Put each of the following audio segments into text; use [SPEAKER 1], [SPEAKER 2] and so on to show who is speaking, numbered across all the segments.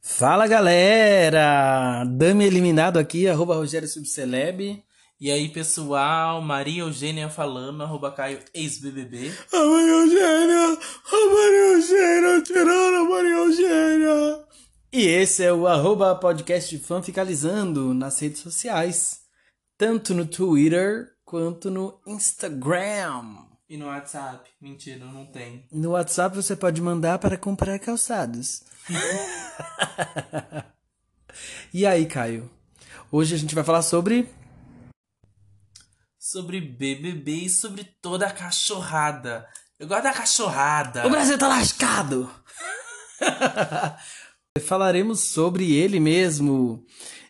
[SPEAKER 1] Fala galera! Dame Eliminado aqui, arroba Rogério Subceleb.
[SPEAKER 2] E aí, pessoal, Maria Eugênia falando, arroba Caio ex-BBB.
[SPEAKER 1] A Maria Eugênia! A Maria Eugênia! Tirando a Maria Eugênia! E esse é o arroba podcast fanficalizando nas redes sociais. Tanto no Twitter quanto no Instagram.
[SPEAKER 2] E no WhatsApp? Mentira, não tem.
[SPEAKER 1] No WhatsApp você pode mandar para comprar calçados. e aí, Caio? Hoje a gente vai falar sobre.
[SPEAKER 2] Sobre BBB e sobre toda a cachorrada. Eu gosto da cachorrada.
[SPEAKER 1] O Brasil tá lascado! Falaremos sobre ele mesmo,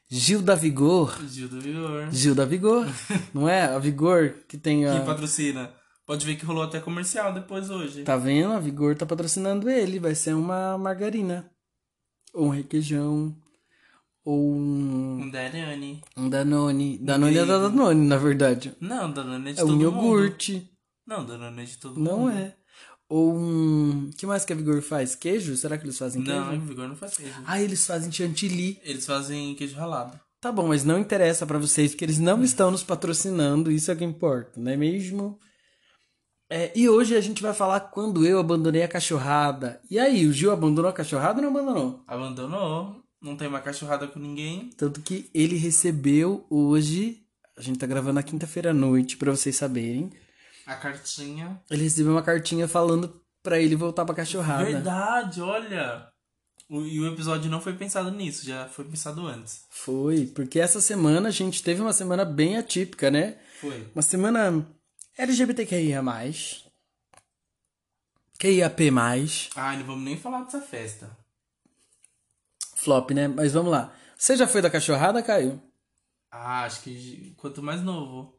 [SPEAKER 1] Gil da Vigor.
[SPEAKER 2] Gil do Vigor.
[SPEAKER 1] Gil da Vigor, não é? A Vigor que tem
[SPEAKER 2] Que
[SPEAKER 1] a.
[SPEAKER 2] patrocina. Pode ver que rolou até comercial depois hoje.
[SPEAKER 1] Tá vendo? A Vigor tá patrocinando ele. Vai ser uma margarina. Ou um requeijão. Ou um,
[SPEAKER 2] Com Dariane.
[SPEAKER 1] um Danone. Danone é da Danone, na verdade.
[SPEAKER 2] Não, Danone é de
[SPEAKER 1] É
[SPEAKER 2] todo
[SPEAKER 1] um
[SPEAKER 2] mundo.
[SPEAKER 1] iogurte.
[SPEAKER 2] Não, Danone é de todo
[SPEAKER 1] Não
[SPEAKER 2] mundo.
[SPEAKER 1] é. Ou um. que mais que a Vigor faz? Queijo? Será assim que é. eles fazem queijo?
[SPEAKER 2] Não, em vigor não faz queijo.
[SPEAKER 1] Ah, eles fazem chantilly.
[SPEAKER 2] Eles fazem queijo ralado.
[SPEAKER 1] Tá bom, mas não interessa pra vocês, porque eles
[SPEAKER 2] Uhum.
[SPEAKER 1] não estão nos patrocinando, isso é o que importa, não é mesmo? É, e hoje a gente vai falar quando eu abandonei a cachorrada. E aí, o Gil abandonou a cachorrada ou não abandonou?
[SPEAKER 2] Abandonou. Não tem mais cachorrada com ninguém.
[SPEAKER 1] Tanto que ele recebeu hoje, a gente tá gravando na quinta-feira à noite, pra vocês saberem.
[SPEAKER 2] A cartinha.
[SPEAKER 1] Ele recebeu uma cartinha falando pra ele voltar pra cachorrada.
[SPEAKER 2] Verdade, olha. O- e o episódio não foi pensado nisso, já foi pensado antes.
[SPEAKER 1] Foi, porque essa semana a gente teve uma semana bem atípica, né?
[SPEAKER 2] Foi.
[SPEAKER 1] Uma semana LGBTQIA+, QIAP+,
[SPEAKER 2] Ai, não vamos nem falar dessa festa.
[SPEAKER 1] flop, né? Mas vamos lá. Você já foi da cachorrada, Caio?
[SPEAKER 2] Ah, acho que quanto mais novo.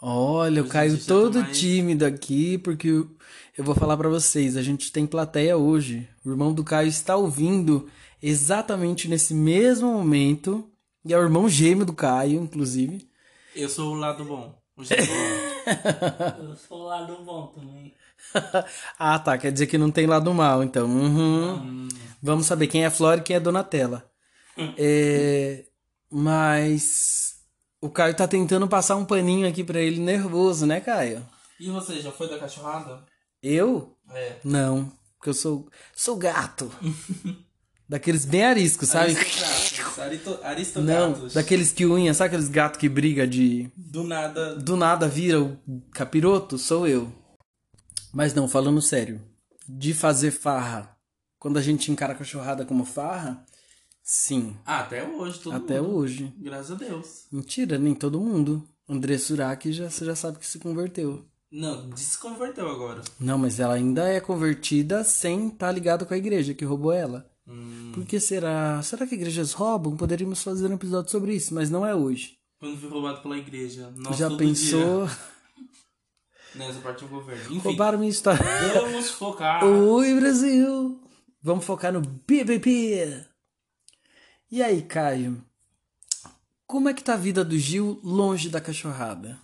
[SPEAKER 1] Olha, eu
[SPEAKER 2] Hoje em
[SPEAKER 1] caio
[SPEAKER 2] dia já tô
[SPEAKER 1] todo
[SPEAKER 2] mais-
[SPEAKER 1] tímido aqui, porque eu eu vou falar pra vocês, a gente tem plateia hoje. O irmão do Caio está ouvindo exatamente nesse mesmo momento, e é o irmão gêmeo do Caio, inclusive.
[SPEAKER 2] Eu sou o lado bom. O jeito bom.
[SPEAKER 3] Eu sou lá do bom também.
[SPEAKER 1] ah, tá, quer dizer que não tem lado mal, então. Uhum. Vamos saber quem é a Flora e quem é a Donatella. É, mas o Caio tá tentando passar um paninho aqui pra ele nervoso, né, Caio?
[SPEAKER 2] E você, já foi da cachorrada?
[SPEAKER 1] Eu?
[SPEAKER 2] É.
[SPEAKER 1] Não, porque eu sou sou gato. daqueles bem ariscos, sabe?
[SPEAKER 2] Aristocratas, arito-
[SPEAKER 1] Não,
[SPEAKER 2] Aristogatos.
[SPEAKER 1] daqueles que unha, sabe aqueles gatos que briga de
[SPEAKER 2] Do nada.
[SPEAKER 1] do nada vira o capiroto? Sou eu. Mas não, falando sério, de fazer farra, quando a gente encara a cachorrada como farra, sim,
[SPEAKER 2] Ah, até hoje, todo
[SPEAKER 1] até
[SPEAKER 2] mundo.
[SPEAKER 1] hoje.
[SPEAKER 2] Graças a Deus.
[SPEAKER 1] Mentira, nem todo mundo. André Suraki já, você já sabe que se converteu.
[SPEAKER 2] Não, desconverteu agora.
[SPEAKER 1] Não, mas ela ainda é convertida sem estar ligada com a igreja que roubou ela.
[SPEAKER 2] Hum,
[SPEAKER 1] Por que será? Será que igrejas roubam? Poderíamos fazer um episódio sobre isso, mas não é hoje.
[SPEAKER 2] quando foi roubado pela igreja. Nossa,
[SPEAKER 1] já
[SPEAKER 2] todo
[SPEAKER 1] pensou?
[SPEAKER 2] Dia, nessa parte do governo. Enfim,
[SPEAKER 1] Roubaram minha história.
[SPEAKER 2] vamos focar.
[SPEAKER 1] Oi, Brasil! Vamos focar no BBB! E aí, Caio? Como é que tá a vida do Gil longe da cachorrada?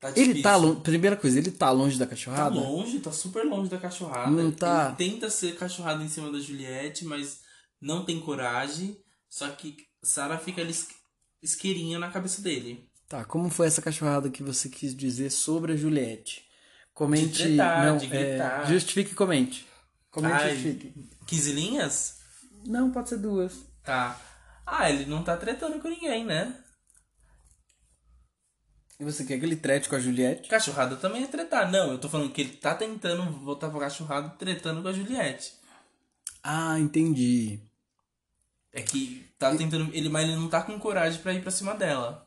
[SPEAKER 2] Tá
[SPEAKER 1] Ele
[SPEAKER 2] difícil.
[SPEAKER 1] tá longe. Primeira coisa, ele tá longe da
[SPEAKER 2] Tá
[SPEAKER 1] cachorrada?
[SPEAKER 2] longe, tá super longe da cachorrada.
[SPEAKER 1] Não tá.
[SPEAKER 2] Ele tenta ser cachorrada em cima da Juliette, mas não tem coragem. Só que Sarah fica ali isque- isqueirinha na cabeça dele.
[SPEAKER 1] Tá, como foi essa cachorrada que você quis dizer sobre a Juliette? Comente.
[SPEAKER 2] De gritar,
[SPEAKER 1] não,
[SPEAKER 2] de
[SPEAKER 1] é,
[SPEAKER 2] gritar.
[SPEAKER 1] justifique e comente. Comente e
[SPEAKER 2] Ai.
[SPEAKER 1] justifique.
[SPEAKER 2] 15 linhas?
[SPEAKER 1] Não, pode ser duas.
[SPEAKER 2] Tá. Ah, ele não tá tretando com ninguém, né?
[SPEAKER 1] E você quer que ele trete com a Juliette?
[SPEAKER 2] Cachorrada também é tretar. Não, eu tô falando que ele tá tentando voltar pra cachorrada tretando com a Juliette.
[SPEAKER 1] Ah, entendi.
[SPEAKER 2] É que tá tentando. Ele, mas ele não tá com coragem pra ir pra cima dela.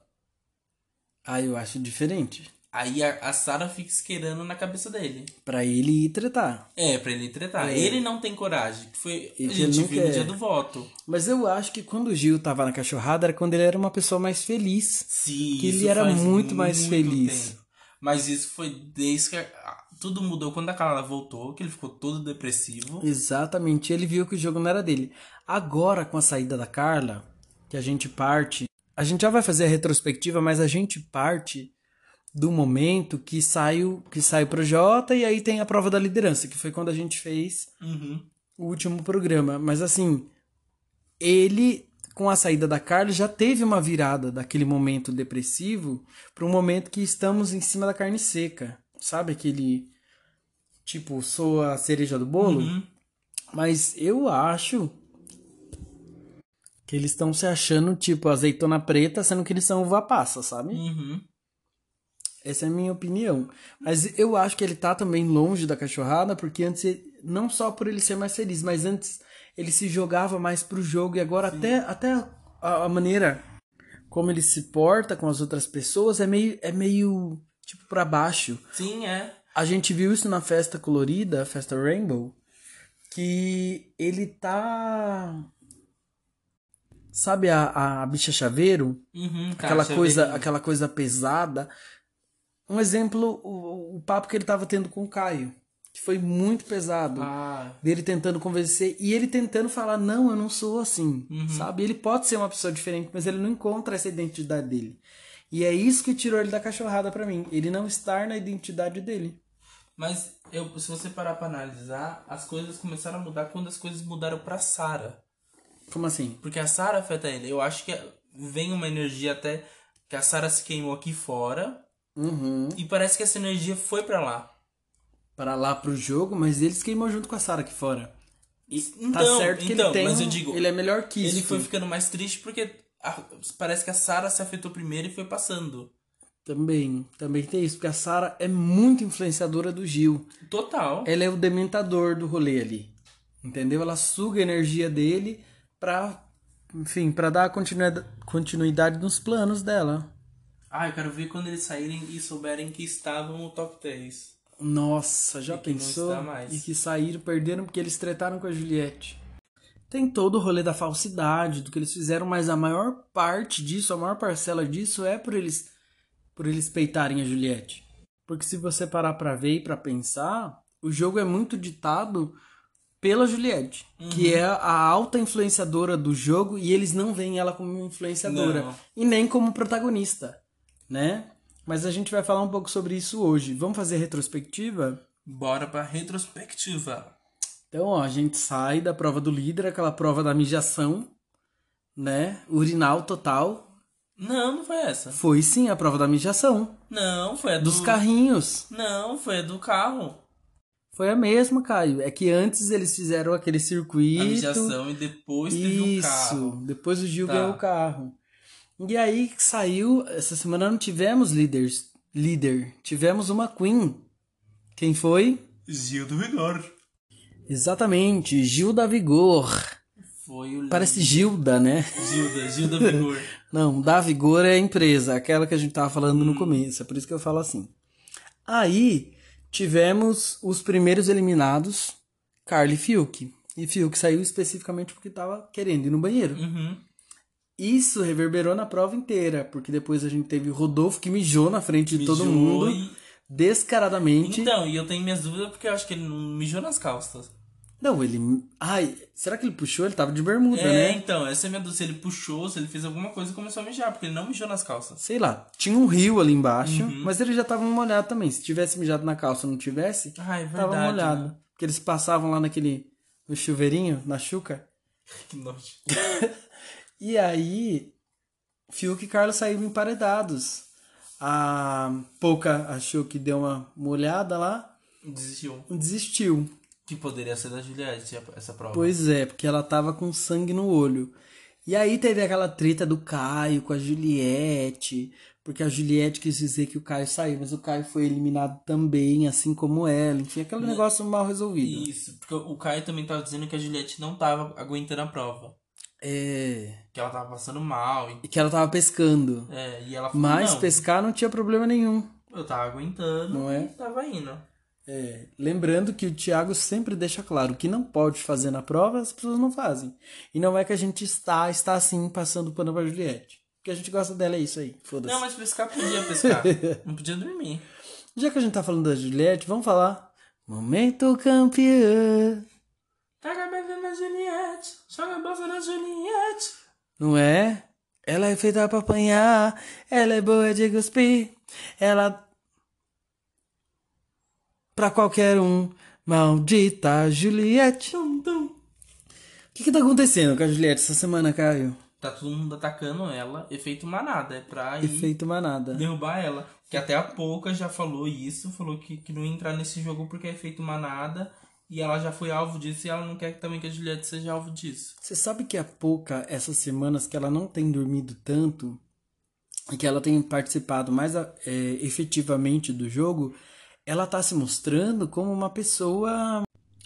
[SPEAKER 1] Ah, eu acho diferente.
[SPEAKER 2] Aí a, a Sarah fica isqueirando na cabeça dele.
[SPEAKER 1] Pra ele ir tretar.
[SPEAKER 2] É, pra ele tretar.
[SPEAKER 1] É.
[SPEAKER 2] Ele não tem coragem. que Foi,
[SPEAKER 1] E
[SPEAKER 2] a
[SPEAKER 1] que
[SPEAKER 2] gente
[SPEAKER 1] nunca
[SPEAKER 2] viu
[SPEAKER 1] é.
[SPEAKER 2] no dia do voto.
[SPEAKER 1] Mas eu acho que quando o Gil tava na cachorrada era quando ele era uma pessoa mais feliz.
[SPEAKER 2] Sim,
[SPEAKER 1] Que ele
[SPEAKER 2] isso
[SPEAKER 1] era
[SPEAKER 2] faz
[SPEAKER 1] muito mais feliz.
[SPEAKER 2] tempo. Mas isso foi desde que a- tudo mudou quando a Carla voltou, que ele ficou todo depressivo.
[SPEAKER 1] Exatamente, ele viu que o jogo não era dele. Agora, com a saída da Carla, que a gente parte. A gente já vai fazer a retrospectiva, mas a gente parte do momento que saiu que sai pro Jota e aí tem a prova da liderança, que foi quando a gente fez
[SPEAKER 2] Uhum.
[SPEAKER 1] o último programa. Mas assim, ele, com a saída da Carla, já teve uma virada daquele momento depressivo para um momento que estamos em cima da carne seca. Sabe aquele. Tipo, sou a cereja do bolo?
[SPEAKER 2] Uhum.
[SPEAKER 1] Mas eu acho que eles estão se achando, tipo, azeitona preta, sendo que eles são uva passa, sabe?
[SPEAKER 2] Uhum.
[SPEAKER 1] Essa é a minha opinião. Mas eu acho que ele tá também longe da cachorrada, porque antes, ele- não só por ele ser mais feliz, mas antes ele se jogava mais pro jogo e agora até, até a, a maneira como ele se porta com as outras pessoas é meio, é meio tipo pra baixo.
[SPEAKER 2] Sim, é.
[SPEAKER 1] A gente viu isso na festa colorida, a festa Rainbow, que ele tá. Sabe a, a bicha chaveiro?
[SPEAKER 2] Uhum, tá,
[SPEAKER 1] aquela
[SPEAKER 2] deixa eu
[SPEAKER 1] coisa
[SPEAKER 2] ver aqui.
[SPEAKER 1] aquela coisa pesada um exemplo o, o papo que ele estava tendo com o Caio que foi muito pesado
[SPEAKER 2] Ah,
[SPEAKER 1] dele tentando convencer e ele tentando falar não eu não sou assim
[SPEAKER 2] Uhum.
[SPEAKER 1] sabe ele pode ser uma pessoa diferente mas ele não encontra essa identidade dele e é isso que tirou ele da cachorrada pra mim ele não estar na identidade dele
[SPEAKER 2] mas eu, se você parar pra analisar, as coisas começaram a mudar quando as coisas mudaram pra Sarah.
[SPEAKER 1] como assim
[SPEAKER 2] Porque a Sarah afeta ele. Eu acho que vem uma energia até que a Sarah se queimou aqui fora.
[SPEAKER 1] uhum.
[SPEAKER 2] E parece que essa energia foi pra lá.
[SPEAKER 1] para lá pro jogo mas ele se queimou junto com a Sara aqui fora
[SPEAKER 2] Então,
[SPEAKER 1] tá certo que
[SPEAKER 2] então,
[SPEAKER 1] ele tem
[SPEAKER 2] mas eu
[SPEAKER 1] um-
[SPEAKER 2] digo,
[SPEAKER 1] ele é melhor que isso
[SPEAKER 2] ele foi ficando mais triste porque a- parece que a Sarah se afetou primeiro e foi passando.
[SPEAKER 1] Também, também tem isso, porque a Sarah é muito influenciadora do Gil.
[SPEAKER 2] Total.
[SPEAKER 1] Ela é o dementador do rolê ali. Entendeu? Ela suga a energia dele pra, enfim, pra dar continuidade, continuidade nos planos dela.
[SPEAKER 2] Ah, eu quero ver quando eles saírem e souberem que estavam no top 3.
[SPEAKER 1] Nossa, já
[SPEAKER 2] E que não
[SPEAKER 1] pensou?
[SPEAKER 2] está mais.
[SPEAKER 1] E que saíram, perderam porque eles tretaram com a Juliette. Tem todo o rolê da falsidade, do que eles fizeram, mas a maior parte disso, a maior parcela disso é por eles por eles peitarem a Juliette. Porque se você parar pra ver e pra pensar, o jogo é muito ditado pela Juliette, que é a alta influenciadora do jogo e eles não veem ela como influenciadora
[SPEAKER 2] Não.
[SPEAKER 1] e nem como protagonista, né? Mas a gente vai falar um pouco sobre isso hoje. Vamos fazer retrospectiva?
[SPEAKER 2] Bora pra retrospectiva.
[SPEAKER 1] Então, ó, a gente sai da prova do líder, aquela prova da mijação, né? Urinal total.
[SPEAKER 2] Não, não foi essa.
[SPEAKER 1] Foi sim a prova da mijação.
[SPEAKER 2] Não, foi a do...
[SPEAKER 1] Dos carrinhos.
[SPEAKER 2] Não, foi a do carro.
[SPEAKER 1] Foi a mesma, Caio. É que antes eles fizeram aquele circuito.
[SPEAKER 2] A mijação e depois teve o um carro.
[SPEAKER 1] Isso. Depois o Gil
[SPEAKER 2] Tá.
[SPEAKER 1] ganhou o carro. E aí que saiu. Essa semana não tivemos líderes. Líder. Tivemos uma Queen. Quem foi?
[SPEAKER 2] Gil do Vigor.
[SPEAKER 1] Exatamente, Gilda Vigor.
[SPEAKER 2] Foi o...
[SPEAKER 1] Parece Gilda, né?
[SPEAKER 2] Gilda, Gilda Vigor.
[SPEAKER 1] Não, da Vigor é a empresa, aquela que a gente tava falando
[SPEAKER 2] Hum.
[SPEAKER 1] no começo, é por isso que eu falo assim. Aí tivemos os primeiros eliminados, Carly e Fiuk. E Fiuk saiu especificamente porque tava querendo ir no banheiro.
[SPEAKER 2] Uhum.
[SPEAKER 1] Isso reverberou na prova inteira, porque depois a gente teve o Rodolfo que mijou na frente de todo
[SPEAKER 2] Mijou
[SPEAKER 1] mundo,
[SPEAKER 2] e-
[SPEAKER 1] descaradamente.
[SPEAKER 2] Então, e eu tenho minhas dúvidas porque eu acho que ele não mijou nas calças.
[SPEAKER 1] Não, ele. Ai, será que ele puxou? Ele tava de bermuda, né?
[SPEAKER 2] É, então, essa é a minha dúvida. Se ele puxou, se ele fez alguma coisa e começou a mijar, porque ele não mijou nas calças.
[SPEAKER 1] Sei lá, tinha um rio ali embaixo,
[SPEAKER 2] Uhum.
[SPEAKER 1] mas ele já tava molhado também. Se tivesse mijado na calça ou não tivesse,
[SPEAKER 2] Ah, é verdade.
[SPEAKER 1] tava molhado.
[SPEAKER 2] né?
[SPEAKER 1] Porque eles passavam lá naquele. no chuveirinho, na chuca.
[SPEAKER 2] Que nojo.
[SPEAKER 1] E aí. Fiuk e Carlos saíram emparedados. A Pouca achou que deu uma molhada lá
[SPEAKER 2] Desistiu.
[SPEAKER 1] e desistiu.
[SPEAKER 2] Que poderia ser da Juliette essa prova.
[SPEAKER 1] Pois é, porque ela tava com sangue no olho. E aí teve aquela treta do Caio com a Juliette, porque a Juliette quis dizer que o Caio saiu, mas o Caio foi eliminado também, assim como ela. Enfim,
[SPEAKER 2] Né?
[SPEAKER 1] aquele negócio mal resolvido.
[SPEAKER 2] Isso, porque o Caio também tava dizendo que a Juliette não tava aguentando a prova.
[SPEAKER 1] É.
[SPEAKER 2] Que ela tava passando mal. E,
[SPEAKER 1] E que ela tava pescando.
[SPEAKER 2] é, e ela falou,
[SPEAKER 1] Mas
[SPEAKER 2] não,
[SPEAKER 1] pescar não tinha problema nenhum.
[SPEAKER 2] eu tava aguentando
[SPEAKER 1] Não é?
[SPEAKER 2] e tava indo.
[SPEAKER 1] É, lembrando que o Thiago sempre deixa claro que não pode fazer na prova, as pessoas não fazem. E não é que a gente está, está assim, passando pano pra Juliette. Porque a gente gosta dela, é isso aí. Foda-se.
[SPEAKER 2] Não, mas pescar podia pescar. não podia dormir.
[SPEAKER 1] Já que a gente tá falando da Juliette, vamos falar. Momento campeã.
[SPEAKER 2] Tá bebendo na Juliette, joga a bolsa na Juliette.
[SPEAKER 1] Não é? Ela é feita pra apanhar. Ela é boa de cuspir. Ela. Pra qualquer um. Maldita Juliette.
[SPEAKER 2] Tum, tum.
[SPEAKER 1] que que tá acontecendo com a Juliette essa semana, Caio?
[SPEAKER 2] Tá todo mundo atacando ela, efeito manada, é pra ir
[SPEAKER 1] Efeito manada.
[SPEAKER 2] derrubar ela. Que até a pouca já falou isso, falou que, que não ia entrar nesse jogo porque é efeito manada. E ela já foi alvo disso e ela não quer também que a Juliette seja alvo disso.
[SPEAKER 1] Você sabe que a Pouca, essas semanas que ela não tem dormido tanto, e que ela tem participado mais a- é, efetivamente do jogo, ela tá se mostrando como uma pessoa.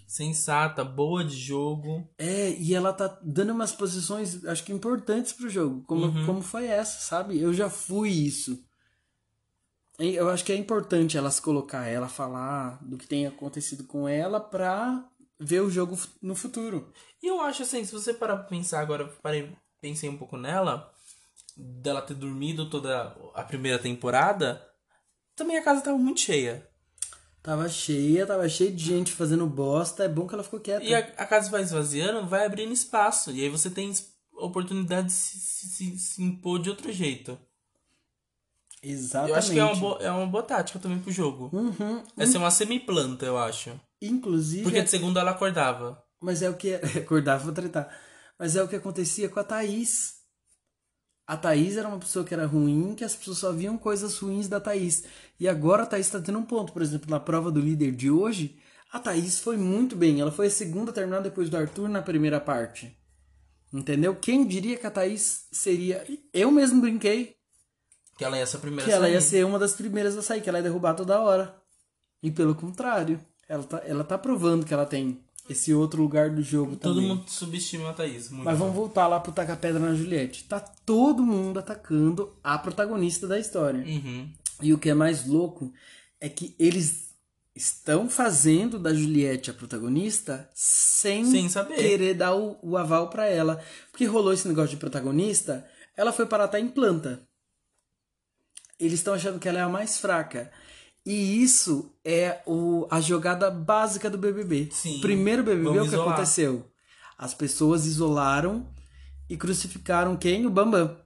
[SPEAKER 2] Sensata, boa de jogo.
[SPEAKER 1] É, e ela tá dando umas posições, acho que importantes pro jogo, como,
[SPEAKER 2] Uhum.
[SPEAKER 1] como foi essa, sabe? Eu já fui isso. E Eu acho que é importante ela se colocar, ela falar do que tem acontecido com ela pra ver o jogo fu- no futuro.
[SPEAKER 2] E eu acho assim, se você parar pra pensar agora, parei, pensei um pouco nela, dela ter dormido toda a primeira temporada, também a casa tava muito cheia.
[SPEAKER 1] Tava cheia, tava cheia de gente fazendo bosta. É bom que ela ficou quieta.
[SPEAKER 2] E a, a casa vai esvaziando, vai abrindo espaço. E aí você tem es- oportunidade de se, se, se- se impor de outro jeito.
[SPEAKER 1] Exatamente.
[SPEAKER 2] Eu acho que é uma, boa, é uma boa tática também pro jogo.
[SPEAKER 1] Uhum.
[SPEAKER 2] É ser uma semi-planta, eu acho.
[SPEAKER 1] Inclusive.
[SPEAKER 2] Porque de segunda ela acordava.
[SPEAKER 1] Mas é o que. Acordava, vou tretar. Mas é o que acontecia com a Thaís. A Thaís era uma pessoa que era ruim, que as pessoas só viam coisas ruins da Thaís. E agora a Thaís tá tendo um ponto. Por exemplo, na prova do líder de hoje, a Thaís foi muito bem. Ela foi a segunda a terminar depois do Arthur na primeira parte. Entendeu? Quem diria que a Thaís seria. Eu mesmo brinquei
[SPEAKER 2] Que ela ia ser a primeira
[SPEAKER 1] que ela ia
[SPEAKER 2] sair.
[SPEAKER 1] ser uma das primeiras a sair, que ela ia derrubar toda hora. E pelo contrário, ela tá, ela tá provando que ela tem esse outro lugar do jogo
[SPEAKER 2] Todo
[SPEAKER 1] também.
[SPEAKER 2] mundo subestima a Thaís. Muito.
[SPEAKER 1] Mas vamos voltar lá pro Taca Pedra na Juliette. Tá todo mundo atacando a protagonista da história.
[SPEAKER 2] Uhum.
[SPEAKER 1] E o que é mais louco é que eles estão fazendo da Juliette a protagonista sem,
[SPEAKER 2] Sem saber.
[SPEAKER 1] querer dar o, o aval pra ela. Porque rolou esse negócio de protagonista, ela foi parar até em planta. Eles estão achando que ela é a mais fraca. E isso é o, a jogada básica do BBB.
[SPEAKER 2] Sim.
[SPEAKER 1] Primeiro BBB, é o
[SPEAKER 2] Vamos
[SPEAKER 1] que
[SPEAKER 2] isolar.
[SPEAKER 1] aconteceu? As pessoas isolaram e crucificaram quem? O Bambam.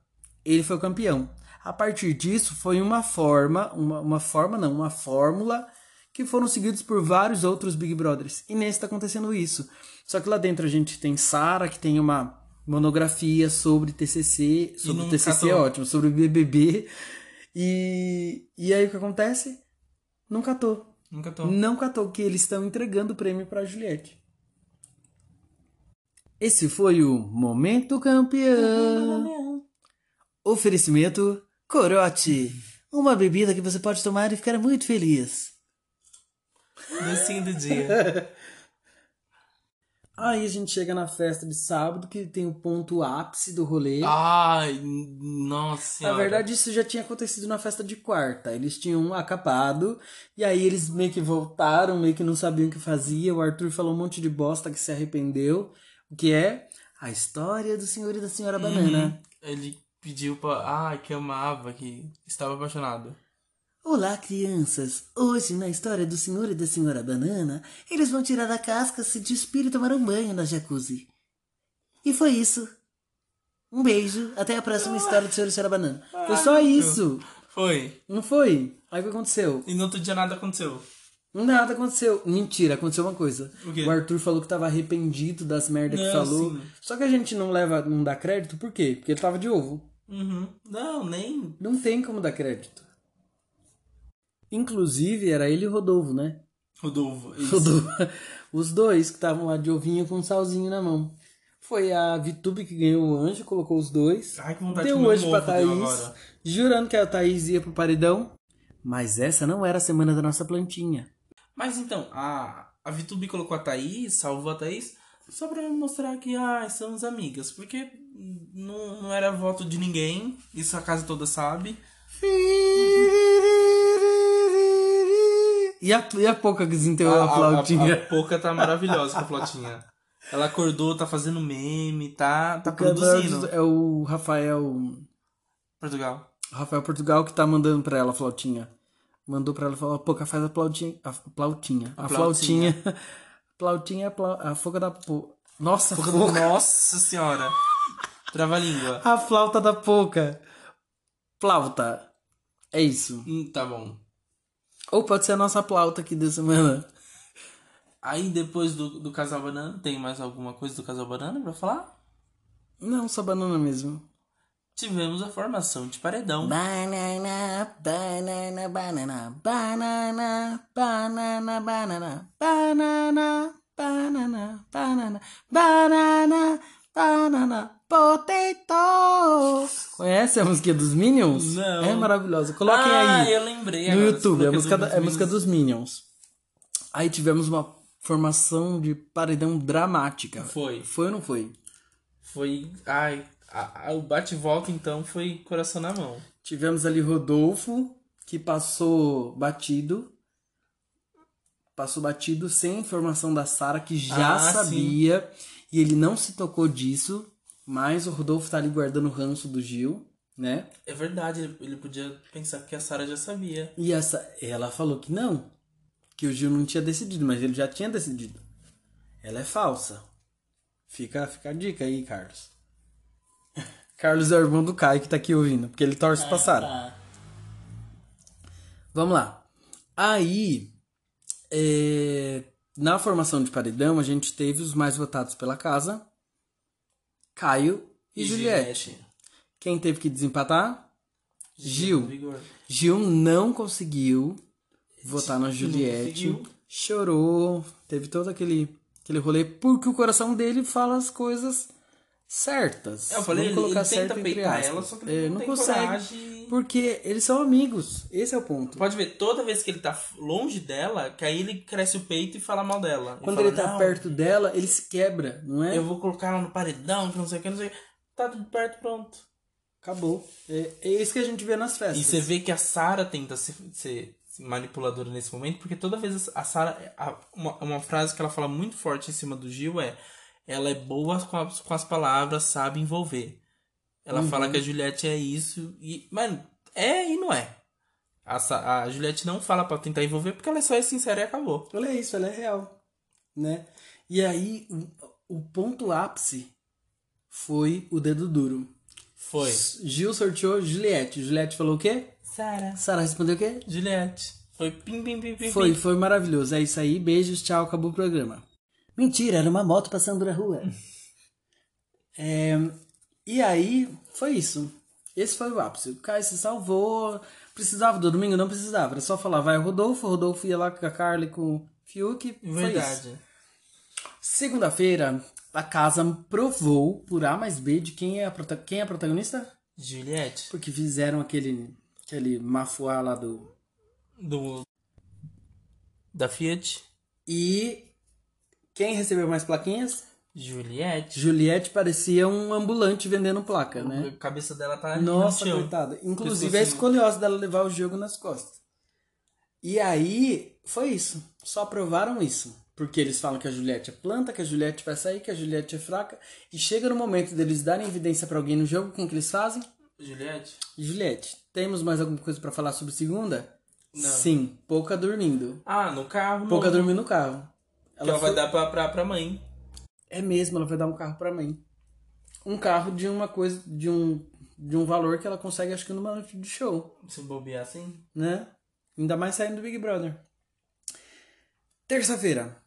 [SPEAKER 1] Ele foi o campeão. A partir disso, foi uma forma, uma, uma forma não, uma fórmula que foram seguidos por vários outros Big Brothers. E nesse tá acontecendo isso. Só que lá dentro a gente tem Sara, que tem uma monografia sobre TCC, sobre o
[SPEAKER 2] não
[SPEAKER 1] TCC é
[SPEAKER 2] catou.
[SPEAKER 1] ótimo, sobre o BBB. E, e aí o que acontece? Não catou.
[SPEAKER 2] Nunca tô.
[SPEAKER 1] Não catou que eles estão entregando o prêmio pra Juliette. Esse foi o Momento Campeão. Oferecimento Corote. Uma bebida que você pode tomar e ficar muito feliz.
[SPEAKER 2] Docinho do dia.
[SPEAKER 1] Aí a gente chega na festa de sábado, que tem o ponto ápice do rolê.
[SPEAKER 2] Ah, Ai, n- nossa
[SPEAKER 1] Na
[SPEAKER 2] senhora.
[SPEAKER 1] verdade, isso já tinha acontecido na festa de quarta. Eles tinham um acabado, e aí eles meio que voltaram, meio que não sabiam o que fazia. O Arthur falou um monte de bosta que se arrependeu, o que é a história do senhor e da senhora banana.
[SPEAKER 2] ele pediu pra. Ah, que amava, que estava apaixonado.
[SPEAKER 1] Olá, crianças! Hoje, na história do senhor e da senhora banana, eles vão tirar a casca, se despir e tomar um banho na jacuzzi. E foi isso. Um beijo, até a próxima história do senhor e senhora banana. Foi só isso!
[SPEAKER 2] Foi.
[SPEAKER 1] Não foi? Aí o que aconteceu?
[SPEAKER 2] E no outro dia nada aconteceu.
[SPEAKER 1] Nada aconteceu. Mentira, aconteceu uma coisa.
[SPEAKER 2] O quê?
[SPEAKER 1] Arthur falou que tava arrependido das merdas que
[SPEAKER 2] Não,
[SPEAKER 1] falou.
[SPEAKER 2] sim. né?
[SPEAKER 1] Só que a gente não leva, não dá crédito, por quê? Porque ele tava de ovo.
[SPEAKER 2] Uhum. Não, nem.
[SPEAKER 1] Não tem como dar crédito. Inclusive, era ele e o Rodolfo, né?
[SPEAKER 2] Rodolfo. isso.
[SPEAKER 1] Rodolfo. Os dois que estavam lá de ovinho com um salzinho na mão. Foi a Vitube que ganhou o anjo, colocou os dois.
[SPEAKER 2] Ai, que vontade
[SPEAKER 1] deu
[SPEAKER 2] de
[SPEAKER 1] um
[SPEAKER 2] comer
[SPEAKER 1] anjo
[SPEAKER 2] um
[SPEAKER 1] pra
[SPEAKER 2] ovo, deu
[SPEAKER 1] Thaís,
[SPEAKER 2] agora.
[SPEAKER 1] jurando que a Thaís ia pro paredão. Mas essa não era a semana da nossa plantinha.
[SPEAKER 2] Mas então, a, a Vitube colocou a Thaís, salvou a Thaís, só pra mostrar que, ah, somos amigas. Porque não, não era voto de ninguém, isso a casa toda sabe.
[SPEAKER 1] E a, e a pouca que desenterrou
[SPEAKER 2] A,
[SPEAKER 1] a,
[SPEAKER 2] a,
[SPEAKER 1] flautinha?
[SPEAKER 2] a- a Poca tá maravilhosa com a Flautinha. Ela acordou, tá fazendo meme, tá, tá
[SPEAKER 1] O cantor
[SPEAKER 2] produzindo.
[SPEAKER 1] É o Rafael.
[SPEAKER 2] Portugal.
[SPEAKER 1] Rafael Portugal que tá mandando pra ela a flautinha. Mandou pra ela falar, pouca faz a flautinha. A flautinha. A, flautinha.
[SPEAKER 2] flautinha.
[SPEAKER 1] Flautinha é a, plau- a foca da po... Nossa,
[SPEAKER 2] Poca-
[SPEAKER 1] foca.
[SPEAKER 2] Nossa senhora. Trava a língua.
[SPEAKER 1] A flauta da pouca. Flauta. É isso.
[SPEAKER 2] Hum, tá bom.
[SPEAKER 1] Ou pode ser a nossa flauta aqui da semana.
[SPEAKER 2] Aí depois do, do Casal Banana, tem mais alguma coisa do Casal Banana pra falar?
[SPEAKER 1] Não, só banana mesmo.
[SPEAKER 2] Tivemos a formação de paredão.
[SPEAKER 1] Banana, banana, banana, banana, banana, banana, banana, banana, banana, banana, banana, potato. Conhece a música dos Minions?
[SPEAKER 2] Não.
[SPEAKER 1] É maravilhosa. Coloquem
[SPEAKER 2] ah,
[SPEAKER 1] aí
[SPEAKER 2] eu lembrei.
[SPEAKER 1] no
[SPEAKER 2] agora,
[SPEAKER 1] YouTube. É a
[SPEAKER 2] porque
[SPEAKER 1] música, da- é a
[SPEAKER 2] Minions.
[SPEAKER 1] música dos Minions. Aí tivemos uma formação de paredão dramática.
[SPEAKER 2] Foi.
[SPEAKER 1] Foi ou não foi?
[SPEAKER 2] Foi. Ai, a- a- o bate-volta então foi coração na mão.
[SPEAKER 1] Tivemos ali Rodolfo, que passou batido. Passou batido sem informação da Sara, que já
[SPEAKER 2] Ah, sim.
[SPEAKER 1] sabia. E ele não se tocou disso. Mas o Rodolfo tá ali guardando o ranço do Gil, né?
[SPEAKER 2] É verdade, ele, ele podia pensar que a Sara já sabia.
[SPEAKER 1] E essa, ela falou que não. Que o Gil não tinha decidido, mas ele já tinha decidido. Ela é falsa. Fica, fica a dica aí, Carlos. Carlos é o irmão do Caio que tá aqui ouvindo, porque ele torce
[SPEAKER 2] É,
[SPEAKER 1] pra Sara.
[SPEAKER 3] Tá.
[SPEAKER 2] Ah,
[SPEAKER 1] Vamos lá. Aí, é, na formação de paredão, a gente teve os mais votados pela casa: Caio e, Juliette. Quem teve que desempatar? Gil.
[SPEAKER 2] do Vigor.
[SPEAKER 1] Gil não conseguiu votar na Juliette.
[SPEAKER 2] conseguiu.
[SPEAKER 1] Chorou, teve todo aquele, aquele rolê, porque o coração dele fala as coisas certas.
[SPEAKER 2] É, eu
[SPEAKER 1] Vamos
[SPEAKER 2] falei, ele, ele
[SPEAKER 1] colocar
[SPEAKER 2] tenta
[SPEAKER 1] certo entre
[SPEAKER 2] peitar
[SPEAKER 1] aspas.
[SPEAKER 2] ela, só que
[SPEAKER 1] É,
[SPEAKER 2] ele não,
[SPEAKER 1] não
[SPEAKER 2] tem
[SPEAKER 1] consegue.
[SPEAKER 2] coragem.
[SPEAKER 1] Porque eles são amigos, esse é o ponto.
[SPEAKER 2] Pode ver, toda vez que ele tá longe dela, que aí ele cresce o peito e fala mal dela.
[SPEAKER 1] Quando
[SPEAKER 2] fala,
[SPEAKER 1] ele tá
[SPEAKER 2] "Não,
[SPEAKER 1] perto dela, ele se quebra, não é?
[SPEAKER 2] Eu vou colocar ela no paredão, que não sei o que, não sei o que. Tá tudo perto, pronto.
[SPEAKER 1] Acabou. É, é isso que a gente vê nas festas.
[SPEAKER 2] E você vê que a Sarah tenta ser, ser manipuladora nesse momento, porque toda vez a Sarah. a- Uma, uma frase que ela fala muito forte em cima do Gil é: ela é boa com as, com as palavras, sabe envolver. Ela
[SPEAKER 1] Uhum.
[SPEAKER 2] fala que a Juliette é isso, e. Mano, é e não é. A, Sa- a Juliette não fala pra tentar envolver porque ela só é sincera e acabou.
[SPEAKER 1] Olha isso, ela é real. Né? E aí, o, o ponto ápice foi o dedo duro.
[SPEAKER 2] Foi.
[SPEAKER 1] Gil sorteou Juliette. Juliette falou o quê?
[SPEAKER 2] Sarah.
[SPEAKER 1] Sara respondeu o quê?
[SPEAKER 2] Juliette. Foi pim, pim, pim, pim.
[SPEAKER 1] Foi,
[SPEAKER 2] pim.
[SPEAKER 1] foi maravilhoso. É isso aí. Beijos, tchau, acabou o programa. Mentira, era uma moto passando na rua. É, e aí, foi isso. Esse foi o ápice. O Caio se salvou. Precisava do domingo? Não precisava. Era só falar, vai o Rodolfo. O Rodolfo ia lá com a Carla e com o Fiuk. Foi isso.
[SPEAKER 2] Verdade.
[SPEAKER 1] Segunda-feira, a casa provou por A mais B de quem é a, prota- quem é a protagonista.
[SPEAKER 2] Juliette.
[SPEAKER 1] Porque fizeram aquele, aquele mafuá lá do,
[SPEAKER 2] Do. Da Fiat.
[SPEAKER 1] E quem recebeu mais plaquinhas?
[SPEAKER 2] Juliette.
[SPEAKER 1] Juliette parecia um ambulante vendendo placa, né?
[SPEAKER 2] A cabeça dela tá ali
[SPEAKER 1] Nossa,
[SPEAKER 2] no chão.
[SPEAKER 1] coitada. Inclusive a
[SPEAKER 2] Pescocinho.
[SPEAKER 1] escoliose dela levar o jogo nas costas. E aí, foi isso. Só provaram isso. Porque eles falam que a Juliette é planta, que a Juliette vai sair, que a Juliette é fraca. E chega no momento deles darem evidência pra alguém no jogo, quem que eles fazem?
[SPEAKER 2] Juliette?
[SPEAKER 1] Juliette, temos mais alguma coisa pra falar sobre segunda?
[SPEAKER 2] Não.
[SPEAKER 1] Sim, pouca dormindo.
[SPEAKER 2] Ah, no carro.
[SPEAKER 1] Pouca
[SPEAKER 2] novo,
[SPEAKER 1] dormindo no carro.
[SPEAKER 2] Que ela vai
[SPEAKER 1] foi-
[SPEAKER 2] dar pra, pra, pra mãe.
[SPEAKER 1] É mesmo, ela vai dar um carro pra mãe. Um carro de uma coisa, de um, de um valor que ela consegue, acho que numa noite de show,
[SPEAKER 2] Se bobear assim.
[SPEAKER 1] né? Ainda mais saindo do Big Brother. Terça-feira.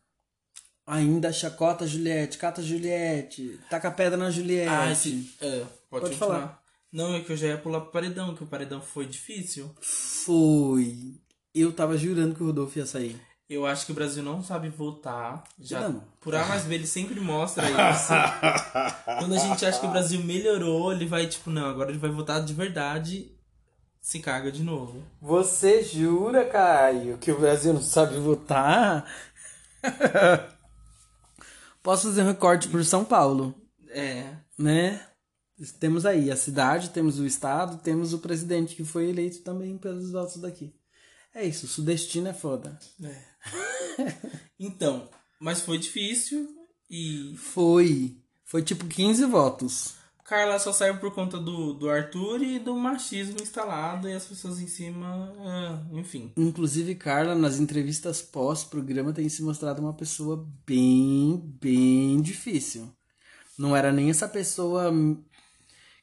[SPEAKER 1] Ainda chacota a Juliette, cata a Juliette, taca pedra na Juliette.
[SPEAKER 2] Ah, esse. É, pode,
[SPEAKER 1] Pode
[SPEAKER 2] continuar.
[SPEAKER 1] falar.
[SPEAKER 2] Não, é que eu já ia pular pro paredão, que o paredão foi difícil.
[SPEAKER 1] Foi. Eu tava jurando que o Rodolfo ia sair.
[SPEAKER 2] Eu acho que o Brasil não sabe voltar. Já,
[SPEAKER 1] Não.
[SPEAKER 2] Por A mais B, ele sempre mostra isso. Quando a gente acha que o Brasil melhorou, ele vai tipo, não, agora ele vai voltar de verdade. Se caga de novo.
[SPEAKER 1] Você jura, Caio, que o Brasil não sabe votar? Posso fazer um recorte por São Paulo.
[SPEAKER 2] É.
[SPEAKER 1] né? Temos aí a cidade, temos o estado, temos o presidente que foi eleito também pelos votos daqui. É isso, sudestino é foda.
[SPEAKER 2] Então, mas foi difícil e
[SPEAKER 1] Foi. Foi tipo 15 votos.
[SPEAKER 2] Carla só saiu por conta do, do Arthur e do machismo instalado e as pessoas em cima. ah, enfim.
[SPEAKER 1] Inclusive, Carla, nas entrevistas pós-programa, tem se mostrado uma pessoa bem, bem difícil. Não era nem essa pessoa hum,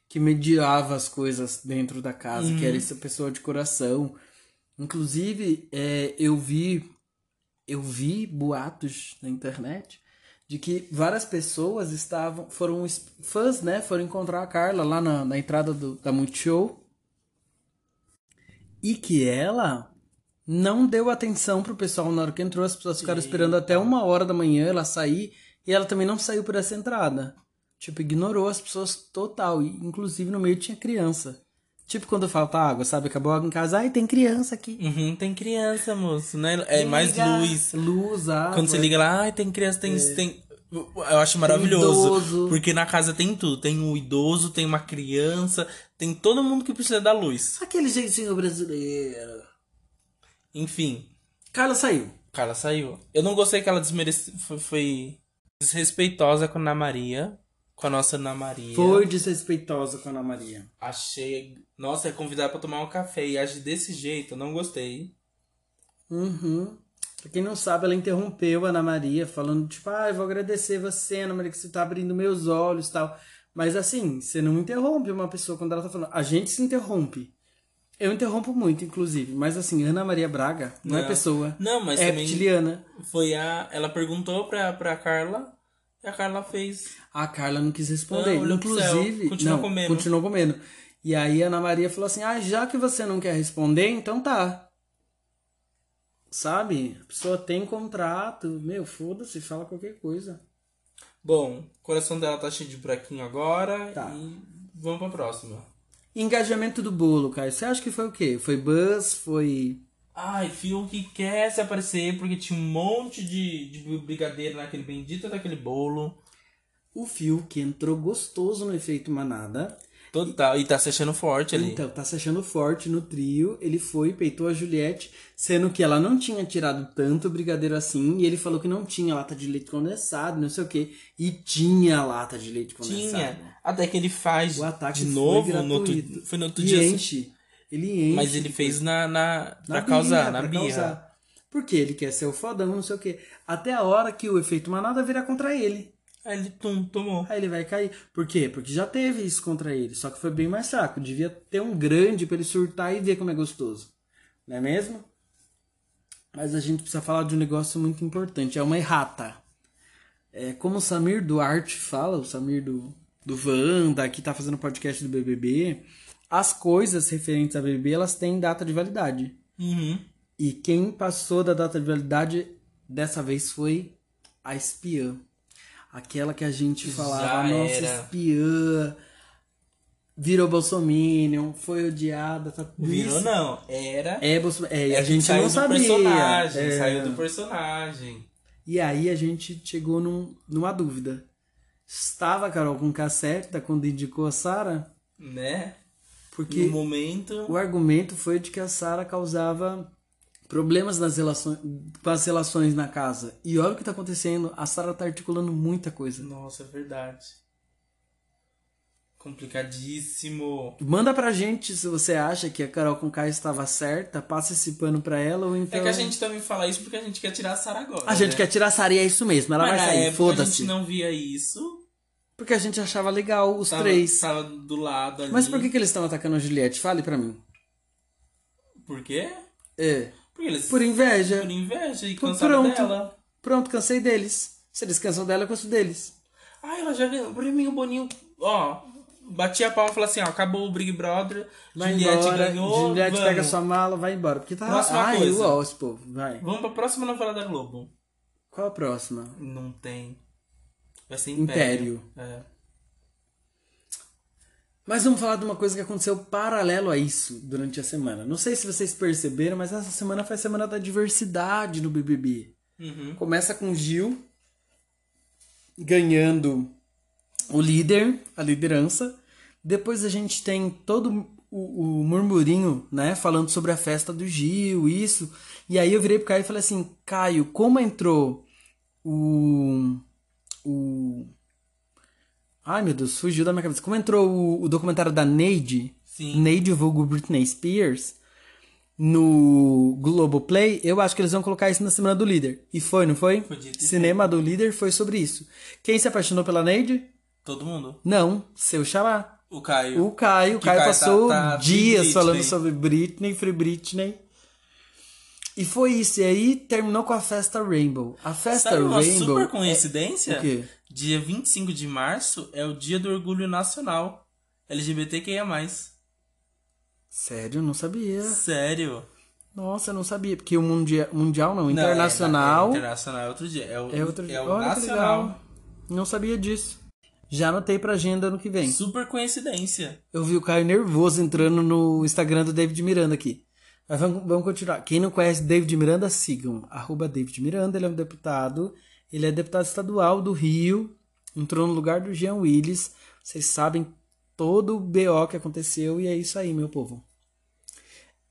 [SPEAKER 1] que mediava as coisas dentro da casa, que era essa pessoa de coração. Inclusive, é, eu vi eu vi boatos na internet de que várias pessoas estavam foram es- fãs, né? Foram encontrar a Carla lá na, na entrada do, da Multishow e que ela não deu atenção pro pessoal na hora que entrou. As pessoas ficaram esperando até uma hora da manhã ela sair e ela também não saiu por essa entrada. Tipo, ignorou as pessoas total. E, inclusive, no meio tinha criança. Tipo, quando falta água, sabe? Acabou a água em casa. Ai, tem criança aqui.
[SPEAKER 2] Uhum, tem criança, moço, né? É mais
[SPEAKER 1] Liga.
[SPEAKER 2] luz.
[SPEAKER 1] Luz, água.
[SPEAKER 2] Quando você liga lá, ai, tem criança, tem. tem... Eu acho maravilhoso.
[SPEAKER 1] É. idoso.
[SPEAKER 2] Porque na casa tem tudo. Tem um idoso, tem uma criança, tem todo mundo que precisa da luz.
[SPEAKER 1] Aquele jeitinho brasileiro.
[SPEAKER 2] Enfim,
[SPEAKER 1] Carla saiu.
[SPEAKER 2] Carla saiu. Eu não gostei que ela desmerece... foi, foi desrespeitosa com a Ana Maria. Com a nossa Ana Maria.
[SPEAKER 1] Foi desrespeitosa com a Ana Maria.
[SPEAKER 2] Achei. Nossa, é convidar pra tomar um café e age desse jeito, eu não gostei.
[SPEAKER 1] Uhum. Pra quem não sabe, ela interrompeu a Ana Maria, falando, tipo, ah, eu vou agradecer você, Ana Maria, que você tá abrindo meus olhos e tal. Mas assim, você não interrompe uma pessoa quando ela tá falando. A gente se interrompe. Eu interrompo muito, inclusive. Mas assim, Ana Maria Braga não, é
[SPEAKER 2] Não.
[SPEAKER 1] pessoa.
[SPEAKER 2] Não, mas
[SPEAKER 1] é
[SPEAKER 2] também-
[SPEAKER 1] reptiliana.
[SPEAKER 2] Foi a. Ela perguntou pra, pra Carla e a Carla fez.
[SPEAKER 1] A Carla não quis responder.
[SPEAKER 2] Não, olhou pro céu.
[SPEAKER 1] Inclusive,
[SPEAKER 2] Continuou
[SPEAKER 1] não,
[SPEAKER 2] comendo.
[SPEAKER 1] continuou comendo. E aí a Ana Maria falou assim: Ah, já que você não quer responder, então tá. Sabe? A pessoa tem contrato. Meu, foda-se, fala qualquer coisa.
[SPEAKER 2] Bom, o coração dela tá cheio de buraquinho agora
[SPEAKER 1] Tá.
[SPEAKER 2] e vamos pra próxima.
[SPEAKER 1] Engajamento do bolo, cara. Você acha que foi o quê? Foi buzz? Foi.
[SPEAKER 2] Ai, Fiuk quer se aparecer porque tinha um monte de, de brigadeiro naquele bendito daquele bolo.
[SPEAKER 1] O fio que entrou gostoso no efeito manada.
[SPEAKER 2] Total, e tá se achando forte ali.
[SPEAKER 1] Então, tá se achando forte no trio. Ele foi, peitou a Juliette, sendo que ela não tinha tirado tanto brigadeiro assim. E ele falou que não tinha lata de leite condensado, não sei o quê. E tinha lata de leite condensado.
[SPEAKER 2] tinha. Até que ele faz
[SPEAKER 1] né, O ataque
[SPEAKER 2] de
[SPEAKER 1] foi
[SPEAKER 2] novo no
[SPEAKER 1] gratuito.
[SPEAKER 2] outro, foi no outro
[SPEAKER 1] E
[SPEAKER 2] dia. assim.
[SPEAKER 1] enche. Ele enche. tipo,
[SPEAKER 2] Mas ele fez na, na, pra
[SPEAKER 1] birra,
[SPEAKER 2] causar, na
[SPEAKER 1] pra
[SPEAKER 2] birra.
[SPEAKER 1] causar. Porque ele quer ser o fodão, não sei o quê. Até a hora que o efeito manada virar contra ele.
[SPEAKER 2] Aí ele tum, tomou.
[SPEAKER 1] Aí ele vai cair. Por quê? Porque já teve isso contra ele, só que foi bem mais fraco. Devia ter um grande pra ele surtar e ver como é gostoso. Não é mesmo? Mas a gente precisa falar de um negócio muito importante. É uma errata. É, como o Samir Duarte fala, o Samir do, do Wanda, que tá fazendo podcast do BBB, as coisas referentes a BBB, elas têm data de validade.
[SPEAKER 2] Uhum.
[SPEAKER 1] E quem passou da data de validade dessa vez foi a espiã. Aquela que a gente falava,
[SPEAKER 2] Já
[SPEAKER 1] nossa
[SPEAKER 2] era."
[SPEAKER 1] espiã, virou Bolsominion, foi odiada, tá tudo
[SPEAKER 2] Virou
[SPEAKER 1] isso.
[SPEAKER 2] não, era.
[SPEAKER 1] É, Bolso... é, e
[SPEAKER 2] É
[SPEAKER 1] a
[SPEAKER 2] que
[SPEAKER 1] gente
[SPEAKER 2] saiu
[SPEAKER 1] não
[SPEAKER 2] do
[SPEAKER 1] sabia.
[SPEAKER 2] personagem,
[SPEAKER 1] É.
[SPEAKER 2] saiu do personagem.
[SPEAKER 1] E aí a gente chegou num- numa dúvida. Estava a Carol com certa quando indicou a Sara?
[SPEAKER 2] Né?
[SPEAKER 1] Porque
[SPEAKER 2] No momento.
[SPEAKER 1] O argumento foi de que a Sara causava problemas nas relações, com as relações na casa. E olha o que tá acontecendo, a Sara tá articulando muita coisa.
[SPEAKER 2] Nossa, é verdade. Complicadíssimo.
[SPEAKER 1] Manda pra gente se você acha que a Carol Conká estava certa, passa esse pano pra ela ou então...
[SPEAKER 2] É que a gente também fala isso porque a gente quer tirar a Sarah agora.
[SPEAKER 1] A gente
[SPEAKER 2] né?
[SPEAKER 1] quer tirar a Sara e é isso mesmo, ela
[SPEAKER 2] Mas
[SPEAKER 1] vai
[SPEAKER 2] na
[SPEAKER 1] sair,
[SPEAKER 2] época A
[SPEAKER 1] foda-se.
[SPEAKER 2] gente não via isso.
[SPEAKER 1] Porque a gente achava legal os
[SPEAKER 2] Tava,
[SPEAKER 1] três.
[SPEAKER 2] tava do lado ali.
[SPEAKER 1] Mas por que, que eles estão atacando a Juliette? Fale pra mim.
[SPEAKER 2] Por quê?
[SPEAKER 1] É.
[SPEAKER 2] Porque eles.
[SPEAKER 1] Por inveja.
[SPEAKER 2] por inveja e
[SPEAKER 1] Por-
[SPEAKER 2] cansaram
[SPEAKER 1] pronto.
[SPEAKER 2] dela.
[SPEAKER 1] Pronto, cansei deles. Se eles cansam dela, eu canso deles.
[SPEAKER 2] Ah, ela já ganhou. Pra mim, o Boninho, ó, batia a palma e falava assim, ó, acabou o Big Brother,
[SPEAKER 1] Vai
[SPEAKER 2] Juliette
[SPEAKER 1] embora,
[SPEAKER 2] ganhou,
[SPEAKER 1] Juliette
[SPEAKER 2] vamos.
[SPEAKER 1] pega sua mala, vai embora. Porque tá.
[SPEAKER 2] Próxima
[SPEAKER 1] Ai,
[SPEAKER 2] coisa.
[SPEAKER 1] uau, esse povo, vai.
[SPEAKER 2] Vamos pra próxima novela da Globo.
[SPEAKER 1] Qual a próxima?
[SPEAKER 2] Não tem. Vai ser Império.
[SPEAKER 1] Império.
[SPEAKER 2] É.
[SPEAKER 1] Mas vamos falar de uma coisa que aconteceu paralelo a isso durante a semana. Não sei se vocês perceberam, mas essa semana foi a semana da diversidade no BBB.
[SPEAKER 2] Uhum.
[SPEAKER 1] Começa com Gil ganhando o líder, a liderança. Depois a gente tem todo o, o murmurinho, né, falando sobre a festa do Gil, isso. E aí eu virei pro Caio e falei assim, Caio, como entrou o... o... Ai, meu Deus, fugiu da minha cabeça. Como entrou o, o documentário da Neide,
[SPEAKER 2] Sim.
[SPEAKER 1] Neide vulgo Britney Spears, no Globoplay, eu acho que eles vão colocar isso na Semana do Líder. E foi, não foi?
[SPEAKER 2] Foi dito e
[SPEAKER 1] Cinema do Líder foi sobre isso. Quem se apaixonou pela Neide?
[SPEAKER 2] Todo mundo.
[SPEAKER 1] Não, seu xará.
[SPEAKER 2] O Caio.
[SPEAKER 1] O Caio. O
[SPEAKER 2] Que
[SPEAKER 1] Caio
[SPEAKER 2] Caio tá-
[SPEAKER 1] passou
[SPEAKER 2] tá
[SPEAKER 1] dias
[SPEAKER 2] Free Britney.
[SPEAKER 1] falando sobre Britney, Free Britney. E foi isso. E aí terminou com a festa Rainbow. A festa
[SPEAKER 2] Sabe uma
[SPEAKER 1] Rainbow. é
[SPEAKER 2] super coincidência?
[SPEAKER 1] O quê?
[SPEAKER 2] Dia 25 de março é o dia do orgulho nacional LGBTQIA+.
[SPEAKER 1] Sério, eu não sabia.
[SPEAKER 2] Sério.
[SPEAKER 1] Nossa, eu não sabia. Porque o mundia... mundial não,
[SPEAKER 2] Não, é,
[SPEAKER 1] internacional.
[SPEAKER 2] é, internacional é outro dia. É o,
[SPEAKER 1] É outro
[SPEAKER 2] é o
[SPEAKER 1] Olha que
[SPEAKER 2] nacional.
[SPEAKER 1] legal. Não sabia disso. Já anotei pra agenda ano que vem.
[SPEAKER 2] Super coincidência.
[SPEAKER 1] Eu vi o Caio nervoso entrando no Instagram do David Miranda aqui. Mas vamos, vamos continuar. Quem não conhece David Miranda, sigam. Arroba David Miranda, ele é um deputado. Ele é deputado estadual do Rio. Entrou no lugar do Jean Willis. Vocês sabem todo o BO que aconteceu. E é isso aí, meu povo.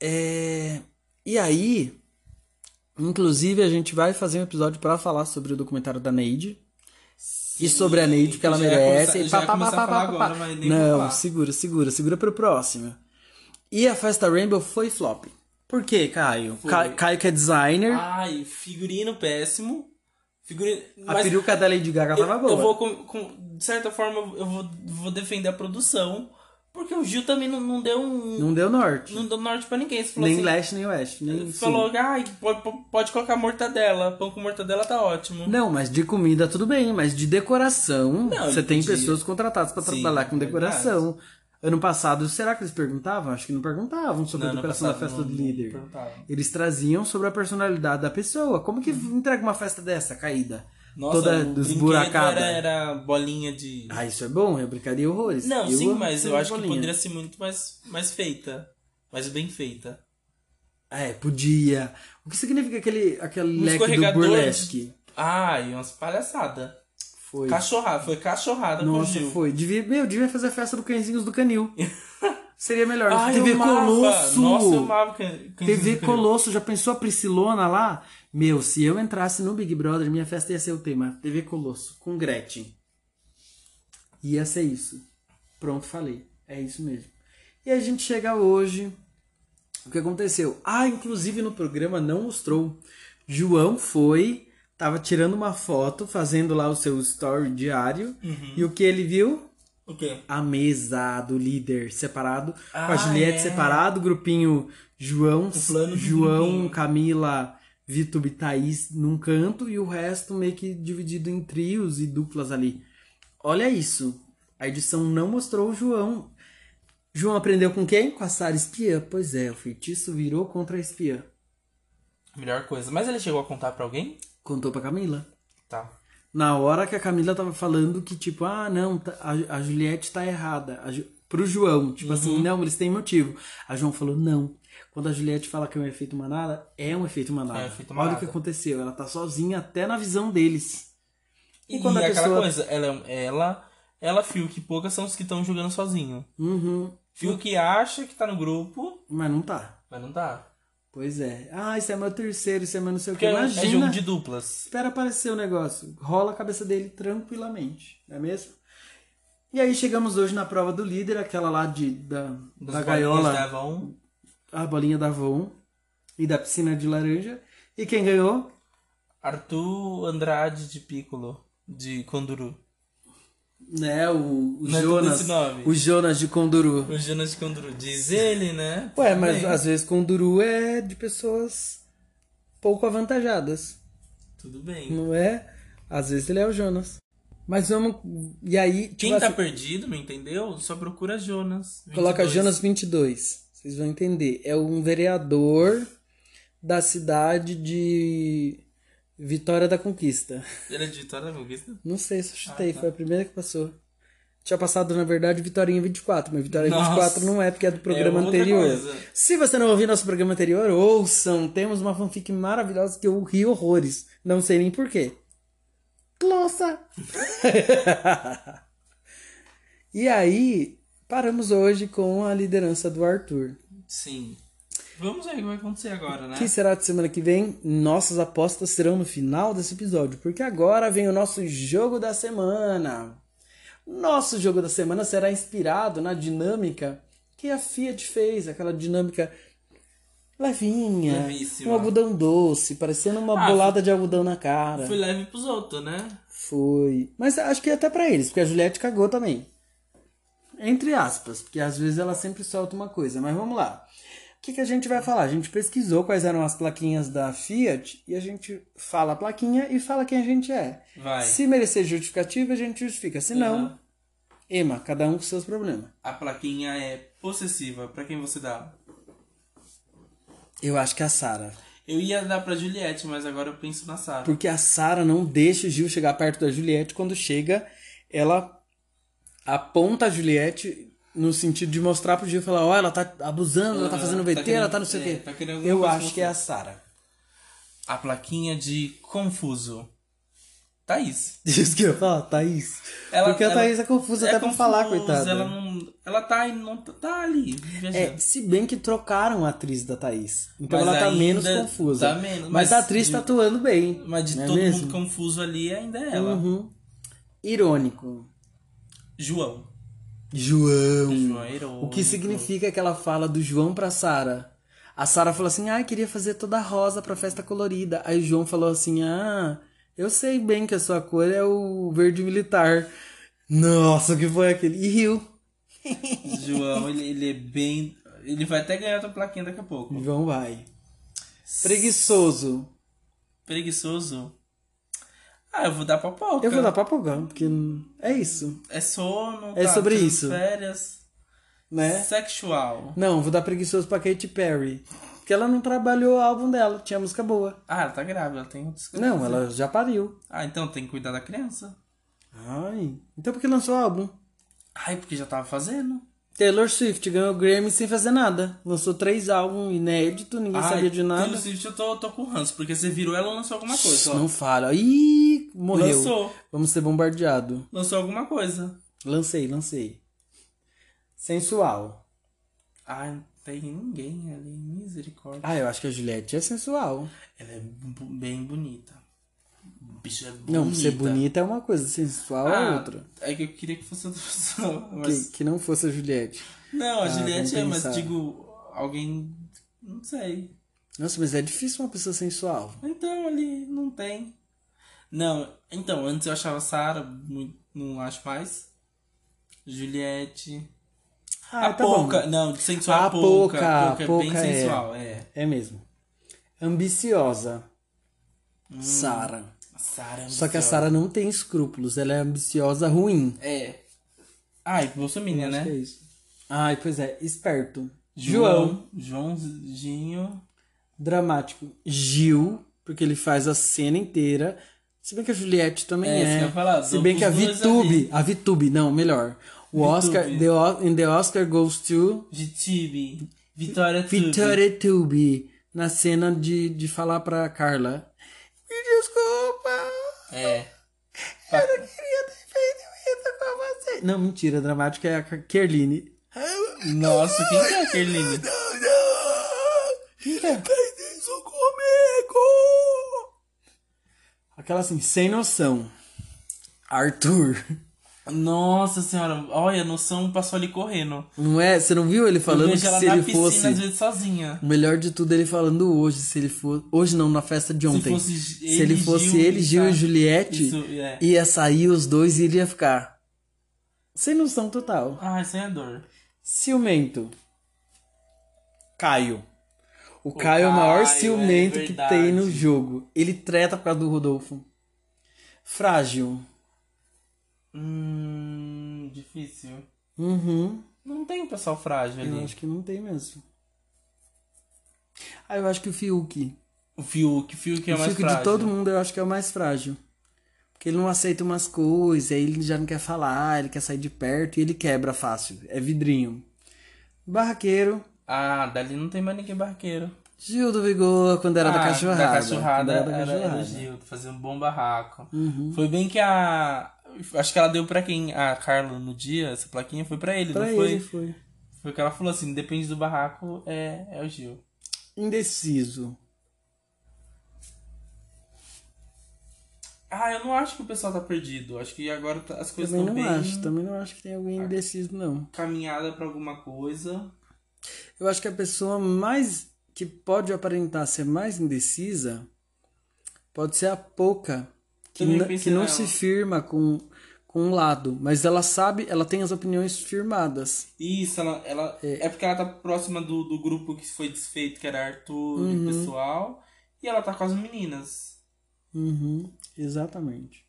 [SPEAKER 1] É, E aí, inclusive, a gente vai fazer um episódio pra falar sobre o documentário da Neide. E sobre a Neide, porque ela
[SPEAKER 2] Já ia
[SPEAKER 1] merece.
[SPEAKER 2] começar-
[SPEAKER 1] e
[SPEAKER 2] já
[SPEAKER 1] pá,
[SPEAKER 2] ia
[SPEAKER 1] pá,
[SPEAKER 2] começar
[SPEAKER 1] pá,
[SPEAKER 2] a falar
[SPEAKER 1] pá,
[SPEAKER 2] agora,
[SPEAKER 1] pá.
[SPEAKER 2] mas nem vou
[SPEAKER 1] Não,
[SPEAKER 2] falar.
[SPEAKER 1] segura, segura, segura pro próximo. E a festa Rainbow foi flop. Por quê, Caio? Ca- Caio que é designer,
[SPEAKER 2] Ai, figurino péssimo. Figurino...
[SPEAKER 1] a
[SPEAKER 2] mas-
[SPEAKER 1] peruca da Lady Gaga
[SPEAKER 2] Eu,
[SPEAKER 1] tava boa.
[SPEAKER 2] eu vou, com- com- de certa forma, eu vou, vou defender a produção, porque o Gil também não, não deu um.
[SPEAKER 1] Não deu norte.
[SPEAKER 2] Não deu norte pra ninguém. Você falou
[SPEAKER 1] nem
[SPEAKER 2] assim,
[SPEAKER 1] leste, nem oeste. Nem sul.
[SPEAKER 2] falou, ai, pode, pode colocar mortadela. Pão com mortadela tá ótimo.
[SPEAKER 1] Não, mas de comida tudo bem, mas de decoração,
[SPEAKER 2] Não,
[SPEAKER 1] você
[SPEAKER 2] ele
[SPEAKER 1] tem
[SPEAKER 2] podia.
[SPEAKER 1] pessoas contratadas pra
[SPEAKER 2] Sim,
[SPEAKER 1] trabalhar com
[SPEAKER 2] é
[SPEAKER 1] decoração. Ano passado, será que eles perguntavam? Acho que não perguntavam sobre a
[SPEAKER 2] ano
[SPEAKER 1] decoração da
[SPEAKER 2] passado
[SPEAKER 1] festa do
[SPEAKER 2] não-
[SPEAKER 1] líder.
[SPEAKER 2] não perguntava.
[SPEAKER 1] Eles traziam sobre a personalidade da pessoa. Como que
[SPEAKER 2] Uhum.
[SPEAKER 1] entrega uma festa dessa caída?
[SPEAKER 2] Nossa,
[SPEAKER 1] Toda
[SPEAKER 2] o
[SPEAKER 1] desburacada.
[SPEAKER 2] brinquedo Era, era bolinha de.
[SPEAKER 1] Ah, isso é bom, eu brincaria horrores.
[SPEAKER 2] não,
[SPEAKER 1] Eu
[SPEAKER 2] sim,
[SPEAKER 1] amo
[SPEAKER 2] mas eu
[SPEAKER 1] essas
[SPEAKER 2] acho que
[SPEAKER 1] bolinhas.
[SPEAKER 2] poderia ser muito mais, mais feita. Mais bem feita.
[SPEAKER 1] É, podia. O que significa aquele, aquele
[SPEAKER 2] Um
[SPEAKER 1] leque do
[SPEAKER 2] escorregador de-
[SPEAKER 1] burlesque?
[SPEAKER 2] Ai, umas palhaçadas.
[SPEAKER 1] Foi.
[SPEAKER 2] Cachorrada, foi cachorrada com o
[SPEAKER 1] Nossa,
[SPEAKER 2] Gil.
[SPEAKER 1] foi. Devia, meu, devia fazer a festa do Cãezinhos do Canil. Seria melhor.
[SPEAKER 2] Ai,
[SPEAKER 1] TV
[SPEAKER 2] eu amava.
[SPEAKER 1] Colosso.
[SPEAKER 2] Nossa, eu amava. que- que-
[SPEAKER 1] TV Colosso, já pensou a Priscilona lá? Meu, se eu entrasse no Big Brother, minha festa ia ser o tema TV Colosso, com Gretchen. Ia ser isso. Pronto, falei. É isso mesmo. E a gente chega hoje. O que aconteceu? Ah, inclusive no programa não mostrou. João foi, tava tirando uma foto, fazendo lá o seu story diário. E o que ele viu?
[SPEAKER 2] Uhum. O quê?
[SPEAKER 1] a mesa do líder separado, com a
[SPEAKER 2] Ah,
[SPEAKER 1] Juliette
[SPEAKER 2] é.
[SPEAKER 1] separado, grupinho João,
[SPEAKER 2] plano do
[SPEAKER 1] João,
[SPEAKER 2] grupinho.
[SPEAKER 1] Camila, Vitor e Thaís num canto e o resto meio que dividido em trios e duplas ali. Olha isso. A edição não mostrou o João. João aprendeu com quem? Com a Sara espiã. Pois é, o feitiço virou contra a espiã.
[SPEAKER 2] Melhor coisa. Mas ele chegou a contar pra alguém?
[SPEAKER 1] Contou pra Camila.
[SPEAKER 2] Tá.
[SPEAKER 1] Na hora que a Camila tava falando que, tipo, ah, não, tá- a, a Juliette tá errada. A Ju- pro João, tipo
[SPEAKER 2] Uhum.
[SPEAKER 1] assim, não, eles têm motivo. A João falou, não. Quando a Juliette fala que é um efeito manada, é um efeito manada.
[SPEAKER 2] É um efeito
[SPEAKER 1] Olha o
[SPEAKER 2] manada.
[SPEAKER 1] que aconteceu. Ela tá sozinha até na visão deles. E
[SPEAKER 2] E,
[SPEAKER 1] quando a
[SPEAKER 2] aquela
[SPEAKER 1] pessoa-
[SPEAKER 2] coisa, ela, é um- ela, ela Fiuk e poucas são os que estão jogando sozinho.
[SPEAKER 1] Uhum.
[SPEAKER 2] Fiuk acha que tá no grupo,
[SPEAKER 1] Mas não tá.
[SPEAKER 2] mas não tá.
[SPEAKER 1] Pois é. Ah, isso é meu terceiro, isso é meu não sei o que.
[SPEAKER 2] Porque é-
[SPEAKER 1] Imagina.
[SPEAKER 2] é jogo de duplas.
[SPEAKER 1] Espera aparecer o negócio. Rola a cabeça dele tranquilamente, não é mesmo? E aí chegamos hoje na prova do líder, aquela lá de, da,
[SPEAKER 2] Dos
[SPEAKER 1] da gaiola.
[SPEAKER 2] bolinhas da Avon.
[SPEAKER 1] a bolinha da Avon e da piscina de laranja. E quem ganhou?
[SPEAKER 2] Arthur Andrade de Piccolo, de Conduru.
[SPEAKER 1] Né, o, o
[SPEAKER 2] Não é tudo
[SPEAKER 1] Jonas.
[SPEAKER 2] esse nome.
[SPEAKER 1] O Jonas de Conduru.
[SPEAKER 2] O Jonas de Conduru. Diz ele, né?
[SPEAKER 1] Ué, mas
[SPEAKER 2] Bem,
[SPEAKER 1] às vezes Conduru é de pessoas pouco avantajadas,
[SPEAKER 2] Tudo bem.
[SPEAKER 1] não é? Às vezes ele é o Jonas. Mas vamos. E aí, tipo
[SPEAKER 2] Quem tá
[SPEAKER 1] assim,
[SPEAKER 2] perdido, não entendeu? Só procura Jonas. 22.
[SPEAKER 1] coloca Jonas 22. Vocês vão entender. É um vereador da cidade de Vitória da Conquista.
[SPEAKER 2] Ele é de Vitória da Conquista?
[SPEAKER 1] Não sei se eu
[SPEAKER 2] Ah,
[SPEAKER 1] chutei,
[SPEAKER 2] tá.
[SPEAKER 1] foi a primeira que passou. Tinha passado, na verdade, Vitorinha 24, mas Vitoria
[SPEAKER 2] Nossa.
[SPEAKER 1] 24 não é porque é do programa
[SPEAKER 2] É outra
[SPEAKER 1] anterior.
[SPEAKER 2] coisa.
[SPEAKER 1] Se você não ouviu nosso programa anterior, ouçam, temos uma fanfic maravilhosa que eu ri horrores. Não sei nem porquê. Nossa! e aí, paramos hoje com a liderança do Arthur.
[SPEAKER 2] Sim. Vamos ver o que vai acontecer agora, né?
[SPEAKER 1] O que será de semana que vem? Nossas apostas serão no final desse episódio, porque agora vem o nosso jogo da semana. Nosso jogo da semana será inspirado na dinâmica que a Fiat fez, aquela dinâmica levinha,
[SPEAKER 2] Levíssima.
[SPEAKER 1] um algodão doce, parecendo uma
[SPEAKER 2] Ah,
[SPEAKER 1] bolada de algodão na cara.
[SPEAKER 2] Fui leve pros outros, né?
[SPEAKER 1] Foi. Mas acho que é até pra eles, porque a Juliette cagou também. Entre aspas, porque às vezes ela sempre solta uma coisa, mas vamos lá. O que, que a gente vai falar? A gente pesquisou quais eram as plaquinhas da Fiat e a gente fala a plaquinha e fala quem a gente é.
[SPEAKER 2] Vai.
[SPEAKER 1] Se merecer justificativa, a gente justifica. Se não,
[SPEAKER 2] Aham.
[SPEAKER 1] ema, cada um com seus problemas.
[SPEAKER 2] A plaquinha é possessiva. Pra quem você dá?
[SPEAKER 1] Eu acho que é a Sara.
[SPEAKER 2] Eu ia dar pra Juliette, mas agora eu penso na Sara.
[SPEAKER 1] Porque a Sara não deixa o Gil chegar perto da Juliette. Quando chega, ela aponta a Juliette no sentido de mostrar pro Gil e falar: Ó, ela tá abusando, ela tá
[SPEAKER 2] Aham,
[SPEAKER 1] fazendo
[SPEAKER 2] tá
[SPEAKER 1] VT, ela
[SPEAKER 2] querendo-
[SPEAKER 1] tá não sei o
[SPEAKER 2] é,
[SPEAKER 1] quê.
[SPEAKER 2] tá querendo alguma
[SPEAKER 1] Eu
[SPEAKER 2] coisa
[SPEAKER 1] acho
[SPEAKER 2] com
[SPEAKER 1] que é
[SPEAKER 2] você.
[SPEAKER 1] a Sara.
[SPEAKER 2] A plaquinha de confuso. Thaís.
[SPEAKER 1] Isso que eu falo, Thaís. Porque a Thaís é confusa
[SPEAKER 2] é
[SPEAKER 1] até pra falar,
[SPEAKER 2] confusa,
[SPEAKER 1] coitada.
[SPEAKER 2] Ela, não, ela tá, e não, tá- tá ali. viajando.
[SPEAKER 1] É, se bem que trocaram a atriz da Thaís. Então
[SPEAKER 2] Mas
[SPEAKER 1] ela tá
[SPEAKER 2] ainda
[SPEAKER 1] menos confusa.
[SPEAKER 2] tá menos,
[SPEAKER 1] mas,
[SPEAKER 2] mas
[SPEAKER 1] a atriz
[SPEAKER 2] de-
[SPEAKER 1] tá atuando bem.
[SPEAKER 2] Mas de
[SPEAKER 1] não é
[SPEAKER 2] todo
[SPEAKER 1] mesmo?
[SPEAKER 2] mundo confuso ali, ainda é ela.
[SPEAKER 1] Uhum. Irônico.
[SPEAKER 2] João.
[SPEAKER 1] João.
[SPEAKER 2] João é irônico.
[SPEAKER 1] O que significa que ela fala do João pra Sara? A Sara falou assim: "Ah, eu queria fazer toda rosa pra festa colorida". Aí o João falou assim: "Ah, eu sei bem que a sua cor é o verde militar". Nossa, o que foi aquele? E riu.
[SPEAKER 2] João, ele, ele é bem. Ele vai até ganhar outra plaquinha daqui a pouco.
[SPEAKER 1] João vai. Preguiçoso.
[SPEAKER 2] Preguiçoso. Ah, eu vou dar pra pouca.
[SPEAKER 1] Eu vou dar papogão, porque n- é isso,
[SPEAKER 2] É sono.
[SPEAKER 1] É
[SPEAKER 2] tá
[SPEAKER 1] sobre
[SPEAKER 2] tirando
[SPEAKER 1] isso.
[SPEAKER 2] Férias. É.
[SPEAKER 1] né?
[SPEAKER 2] Sexual.
[SPEAKER 1] Não, vou dar preguiçoso pra Katy Perry. Porque ela não trabalhou o álbum dela, tinha música boa.
[SPEAKER 2] Ah, ela tá grávida, ela tem outros
[SPEAKER 1] Não, ela já pariu.
[SPEAKER 2] Ah, então tem que cuidar da criança.
[SPEAKER 1] Ai, então por que lançou o álbum?
[SPEAKER 2] Ai, porque já tava fazendo.
[SPEAKER 1] Taylor Swift ganhou o Grammy sem fazer nada. Lançou três álbuns inéditos, ninguém
[SPEAKER 2] Ai,
[SPEAKER 1] sabia de nada.
[SPEAKER 2] Taylor Swift, eu tô, tô com ranço, porque você virou ela lançou alguma coisa, ó.
[SPEAKER 1] Não fala. Ih, morreu.
[SPEAKER 2] Lançou.
[SPEAKER 1] Vamos ser bombardeado.
[SPEAKER 2] Lançou alguma coisa.
[SPEAKER 1] Lancei, lancei. Sensual.
[SPEAKER 2] Ai, Ah, não tem ninguém ali, misericórdia.
[SPEAKER 1] Ah, eu acho que a Juliette é sensual.
[SPEAKER 2] Ela é bu- bem bonita. Bicho é bonita.
[SPEAKER 1] Não, ser bonita é uma coisa, sensual é
[SPEAKER 2] Ah,
[SPEAKER 1] outra.
[SPEAKER 2] É que eu queria que fosse outra pessoa, mas...
[SPEAKER 1] Que, que não fosse a Juliette.
[SPEAKER 2] Não, a Juliette é,
[SPEAKER 1] vamos
[SPEAKER 2] mas
[SPEAKER 1] pensar.
[SPEAKER 2] digo, alguém... Não sei.
[SPEAKER 1] Nossa, mas é difícil uma pessoa sensual.
[SPEAKER 2] Então, ali não tem. Não, então, antes eu achava Sarah, muito- não acho mais. Juliette.
[SPEAKER 1] Ah,
[SPEAKER 2] a
[SPEAKER 1] tá
[SPEAKER 2] pouca,
[SPEAKER 1] bom.
[SPEAKER 2] não, sensual
[SPEAKER 1] A
[SPEAKER 2] a pouca.
[SPEAKER 1] Pouca,
[SPEAKER 2] A pouca,
[SPEAKER 1] Pouca
[SPEAKER 2] é bem
[SPEAKER 1] é.
[SPEAKER 2] sensual, é.
[SPEAKER 1] É mesmo. Ambiciosa. Sara.
[SPEAKER 2] Sarah é
[SPEAKER 1] Só que a
[SPEAKER 2] Hum. ambiciosa.
[SPEAKER 1] Sara não tem escrúpulos, ela é ambiciosa ruim.
[SPEAKER 2] É. Ai, Bolsonaro,
[SPEAKER 1] Acho que é
[SPEAKER 2] né? Hum.
[SPEAKER 1] isso. Ai, pois é, esperto.
[SPEAKER 2] João. Joãozinho.
[SPEAKER 1] Dramático. Gil, porque ele faz a cena inteira. Se bem que a Juliette também
[SPEAKER 2] É, isso que eu
[SPEAKER 1] é.
[SPEAKER 2] ia falar,
[SPEAKER 1] Se
[SPEAKER 2] do-
[SPEAKER 1] bem que a
[SPEAKER 2] os dois
[SPEAKER 1] Vitube,
[SPEAKER 2] ali.
[SPEAKER 1] a Vitube, não, melhor. O Oscar,
[SPEAKER 2] Vitube.
[SPEAKER 1] the, O- and the Oscar goes to
[SPEAKER 2] Vitibe. Vitória Tube.
[SPEAKER 1] Vitória Tube na cena de, de falar pra Carla. Me desculpa,
[SPEAKER 2] É.
[SPEAKER 1] eu não queria ter feito isso com você. Não, mentira, dramática é a Kerline.
[SPEAKER 2] Nossa, quem que é aquele lindo?
[SPEAKER 1] Não, não! Quem que é? Fez isso comigo! Aquela assim, sem noção. Arthur.
[SPEAKER 2] Nossa senhora, olha, a noção passou ali correndo.
[SPEAKER 1] Não é? Você não viu ele
[SPEAKER 2] Eu
[SPEAKER 1] falando que
[SPEAKER 2] vejo ela
[SPEAKER 1] se
[SPEAKER 2] na
[SPEAKER 1] ele
[SPEAKER 2] piscina
[SPEAKER 1] fosse.
[SPEAKER 2] às vezes sozinha.
[SPEAKER 1] O melhor de tudo é ele falando hoje, se ele for. Hoje não, na festa de ontem.
[SPEAKER 2] fosse
[SPEAKER 1] se
[SPEAKER 2] ele,
[SPEAKER 1] ele fosse
[SPEAKER 2] Gil,
[SPEAKER 1] ele, Gil e
[SPEAKER 2] tá?
[SPEAKER 1] Juliette,
[SPEAKER 2] Isso, é.
[SPEAKER 1] ia sair os dois e ele ia ficar. Sem noção total.
[SPEAKER 2] Ai, sonhador.
[SPEAKER 1] Ciumento. Caio. O, Caio é o maior
[SPEAKER 2] Caio,
[SPEAKER 1] ciumento
[SPEAKER 2] é
[SPEAKER 1] que
[SPEAKER 2] verdade.
[SPEAKER 1] tem no jogo. Ele treta por causa do Rodolfo. Frágil.
[SPEAKER 2] Hum. Difícil.
[SPEAKER 1] Uhum.
[SPEAKER 2] Não tem um pessoal frágil
[SPEAKER 1] Eu
[SPEAKER 2] ali.
[SPEAKER 1] acho que não tem mesmo. Ah, eu acho que o Fiuk.
[SPEAKER 2] O Fiuk, o Fiuk é
[SPEAKER 1] o
[SPEAKER 2] mais
[SPEAKER 1] Fiuk
[SPEAKER 2] frágil.
[SPEAKER 1] de todo mundo eu acho que é o mais frágil. Porque ele não aceita umas coisas, aí ele já não quer falar, ele quer sair de perto e ele quebra fácil. É vidrinho. Barraqueiro.
[SPEAKER 2] Ah, dali não tem mais ninguém barqueiro.
[SPEAKER 1] Gil do Vigor, quando era da
[SPEAKER 2] Ah,
[SPEAKER 1] cachorrada.
[SPEAKER 2] Da cachorrada
[SPEAKER 1] Quando
[SPEAKER 2] era,
[SPEAKER 1] da
[SPEAKER 2] era,
[SPEAKER 1] cachorrada. Uhum.
[SPEAKER 2] o Gil, fazia um bom barraco. Foi bem que a. Acho que ela deu pra quem? A Carla no dia, essa plaquinha foi pra ele,
[SPEAKER 1] Pra
[SPEAKER 2] não
[SPEAKER 1] ele
[SPEAKER 2] foi?
[SPEAKER 1] foi.
[SPEAKER 2] Foi que ela falou assim: depende do barraco, é, é o Gil.
[SPEAKER 1] Indeciso.
[SPEAKER 2] Ah, eu não acho que o pessoal tá perdido. Acho que agora tá- as coisas
[SPEAKER 1] Também
[SPEAKER 2] estão
[SPEAKER 1] não
[SPEAKER 2] bem Ah.
[SPEAKER 1] acho. Também não acho que tem alguém indeciso, não.
[SPEAKER 2] caminhada pra alguma coisa.
[SPEAKER 1] Eu acho que a pessoa mais que pode aparentar ser mais indecisa pode ser a pouca que,
[SPEAKER 2] Também
[SPEAKER 1] n-
[SPEAKER 2] pensei
[SPEAKER 1] que não
[SPEAKER 2] nela.
[SPEAKER 1] se firma com, com um lado, mas ela sabe, ela tem as opiniões firmadas.
[SPEAKER 2] Isso, ela, ela é. porque ela tá próxima do, do grupo que foi desfeito, que era Arthur e o pessoal, e ela tá com as meninas.
[SPEAKER 1] Uhum, exatamente.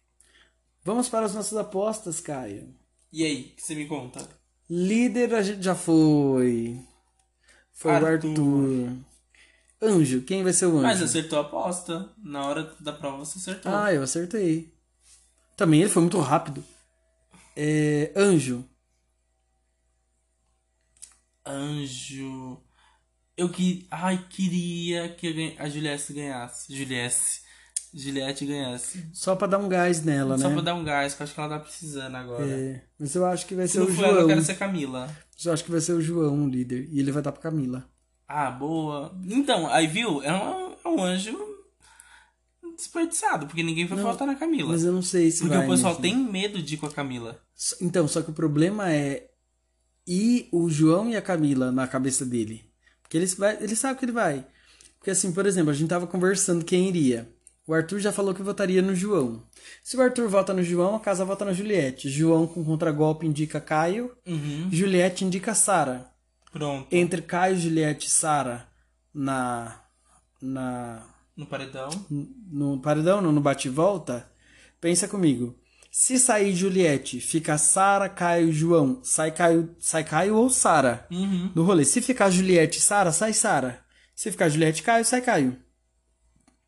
[SPEAKER 1] Vamos para as nossas apostas, Caio.
[SPEAKER 2] E aí, o que você me conta?
[SPEAKER 1] Líder a gente já foi. Foi o Arthur. Anjo, quem vai ser o anjo?
[SPEAKER 2] Mas assim, acertou a aposta. Na hora da prova você acertou.
[SPEAKER 1] Ah, eu acertei. Também ele foi muito rápido. É, anjo.
[SPEAKER 2] Anjo. Eu que. Ai, queria que eu ganha- a Juliette ganhasse. Juliette. Juliette ganhasse.
[SPEAKER 1] Só pra dar um gás nela,
[SPEAKER 2] Só
[SPEAKER 1] né?
[SPEAKER 2] pra dar um gás, que eu acho que ela tá precisando agora.
[SPEAKER 1] É, mas eu acho que vai
[SPEAKER 2] Se
[SPEAKER 1] ser
[SPEAKER 2] não
[SPEAKER 1] o
[SPEAKER 2] for ela, eu
[SPEAKER 1] João.
[SPEAKER 2] quero ser Camila.
[SPEAKER 1] Eu acho que vai ser o João o líder. E ele vai dar pra Camila.
[SPEAKER 2] Ah, boa. Então, aí viu? É um, é um anjo desperdiçado, porque ninguém vai
[SPEAKER 1] Não,
[SPEAKER 2] votar na Camila.
[SPEAKER 1] Mas eu não sei se
[SPEAKER 2] Porque
[SPEAKER 1] vai
[SPEAKER 2] o pessoal
[SPEAKER 1] mesmo.
[SPEAKER 2] tem medo de ir com a Camila.
[SPEAKER 1] S- Então, só que o problema é ir o João e a Camila na cabeça dele. Porque ele, vai, ele sabe que ele vai. Porque assim, por exemplo, a gente tava conversando quem iria. O Arthur já falou que votaria no João. Se o Arthur vota no João, a casa vota na Juliette. João com contragolpe indica Caio. Juliette indica Sara.
[SPEAKER 2] Pronto.
[SPEAKER 1] Entre Caio, Juliette e Sara na, na
[SPEAKER 2] No paredão.
[SPEAKER 1] no paredão, não, no bate-volta, pensa comigo. Se sair Juliette, fica Sara, Caio, João, sai Caio, sai Caio ou Sara
[SPEAKER 2] Uhum.
[SPEAKER 1] no rolê. Se ficar Juliette e Sara, sai Sara. Se ficar Juliette e Caio, sai Caio.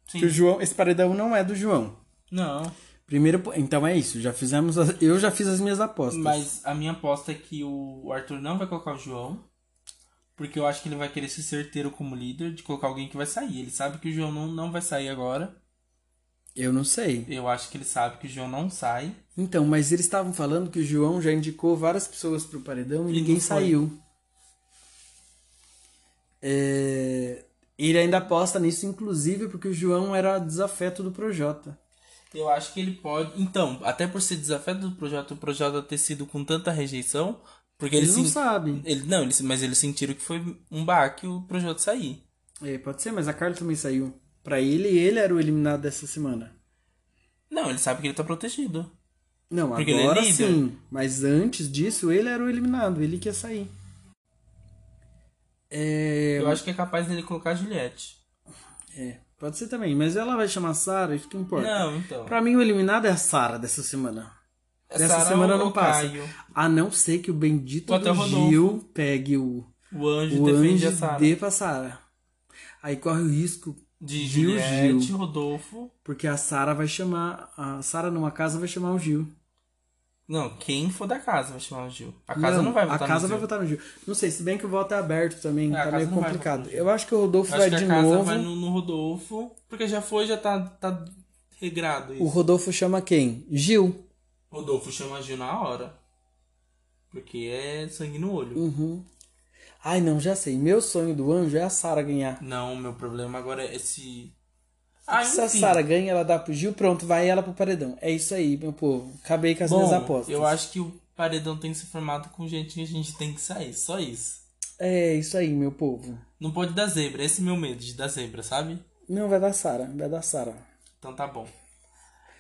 [SPEAKER 2] Sim.
[SPEAKER 1] Que o João, esse paredão não é do João.
[SPEAKER 2] Não.
[SPEAKER 1] Primeiro, po- então é isso, já fizemos as- eu já fiz as minhas apostas.
[SPEAKER 2] Mas a minha aposta é que o Arthur não vai colocar o João. Porque eu acho que ele vai querer ser certeiro como líder de colocar alguém que vai sair. Ele sabe que o João não, não vai sair agora.
[SPEAKER 1] Eu não sei.
[SPEAKER 2] Eu acho que ele sabe que o João não sai.
[SPEAKER 1] Então, mas eles estavam falando que o João já indicou várias pessoas pro paredão e
[SPEAKER 2] Ele
[SPEAKER 1] ninguém
[SPEAKER 2] não foi.
[SPEAKER 1] saiu. É, Ele ainda aposta nisso, inclusive, porque o João era desafeto do Projota.
[SPEAKER 2] Eu acho que ele pode. Então, até por ser desafeto do projeto, o projeto ter sido com tanta rejeição. Porque ele,
[SPEAKER 1] Eles não
[SPEAKER 2] se-
[SPEAKER 1] sabem.
[SPEAKER 2] ele Não, eles- mas eles sentiram que foi um baque o projeto sair.
[SPEAKER 1] É, pode ser, mas a Carla também saiu. Pra ele, ele era o eliminado dessa semana.
[SPEAKER 2] Não, ele sabe que ele tá protegido.
[SPEAKER 1] Não,
[SPEAKER 2] Porque ele é
[SPEAKER 1] agora
[SPEAKER 2] líder.
[SPEAKER 1] sim. Mas antes disso, ele era o eliminado, ele que ia sair. É,
[SPEAKER 2] Eu acho que é capaz dele colocar a Juliette.
[SPEAKER 1] é, pode ser também, mas ela vai chamar a Sarah, isso que importa.
[SPEAKER 2] Não, então.
[SPEAKER 1] Pra mim, o eliminado é a Sara dessa semana. dessa
[SPEAKER 2] Sarah
[SPEAKER 1] semana
[SPEAKER 2] É ou
[SPEAKER 1] não passa.
[SPEAKER 2] Caio?
[SPEAKER 1] A não ser que o bendito
[SPEAKER 2] Ou
[SPEAKER 1] do
[SPEAKER 2] até o Rodolfo.
[SPEAKER 1] Gil pegue o,
[SPEAKER 2] O anjo
[SPEAKER 1] o
[SPEAKER 2] defende
[SPEAKER 1] anjo
[SPEAKER 2] a Sara.
[SPEAKER 1] dê pra Sara. Aí corre o risco,
[SPEAKER 2] De
[SPEAKER 1] Gil,
[SPEAKER 2] Juliette,
[SPEAKER 1] Gil.
[SPEAKER 2] Rodolfo.
[SPEAKER 1] porque a Sara vai chamar. A Sara numa casa vai chamar o Gil.
[SPEAKER 2] Não, quem for da casa vai chamar o Gil. A casa não, vai votar
[SPEAKER 1] A casa
[SPEAKER 2] no
[SPEAKER 1] vai
[SPEAKER 2] Gil.
[SPEAKER 1] votar no Gil. Não sei, se bem que o voto é aberto também,
[SPEAKER 2] É, a
[SPEAKER 1] tá
[SPEAKER 2] casa
[SPEAKER 1] meio
[SPEAKER 2] não vai
[SPEAKER 1] complicado.
[SPEAKER 2] votar no Gil.
[SPEAKER 1] Eu acho que o Rodolfo
[SPEAKER 2] Acho
[SPEAKER 1] vai
[SPEAKER 2] que
[SPEAKER 1] de
[SPEAKER 2] a casa
[SPEAKER 1] novo.
[SPEAKER 2] vai no, no Rodolfo. Porque já foi, já tá, tá regrado isso.
[SPEAKER 1] O Rodolfo chama quem? Gil.
[SPEAKER 2] Rodolfo chama Gil na hora. Porque é sangue no olho.
[SPEAKER 1] Uhum. Ai, não, já sei. Meu sonho do anjo é a Sara ganhar.
[SPEAKER 2] Não, meu problema agora é esse. Ah,
[SPEAKER 1] Se a
[SPEAKER 2] enfim.
[SPEAKER 1] Sara ganha, ela dá pro Gil, pronto, vai ela pro paredão. É isso aí, meu povo. Acabei com as minhas
[SPEAKER 2] Bom,
[SPEAKER 1] apostas.
[SPEAKER 2] Eu acho que o paredão tem que ser formado com gente que a gente tem que sair. Só isso.
[SPEAKER 1] É isso aí, meu povo.
[SPEAKER 2] Não pode dar zebra. Esse é meu medo de dar zebra, sabe?
[SPEAKER 1] Não, vai dar Sara, vai dar Sara.
[SPEAKER 2] Então tá bom.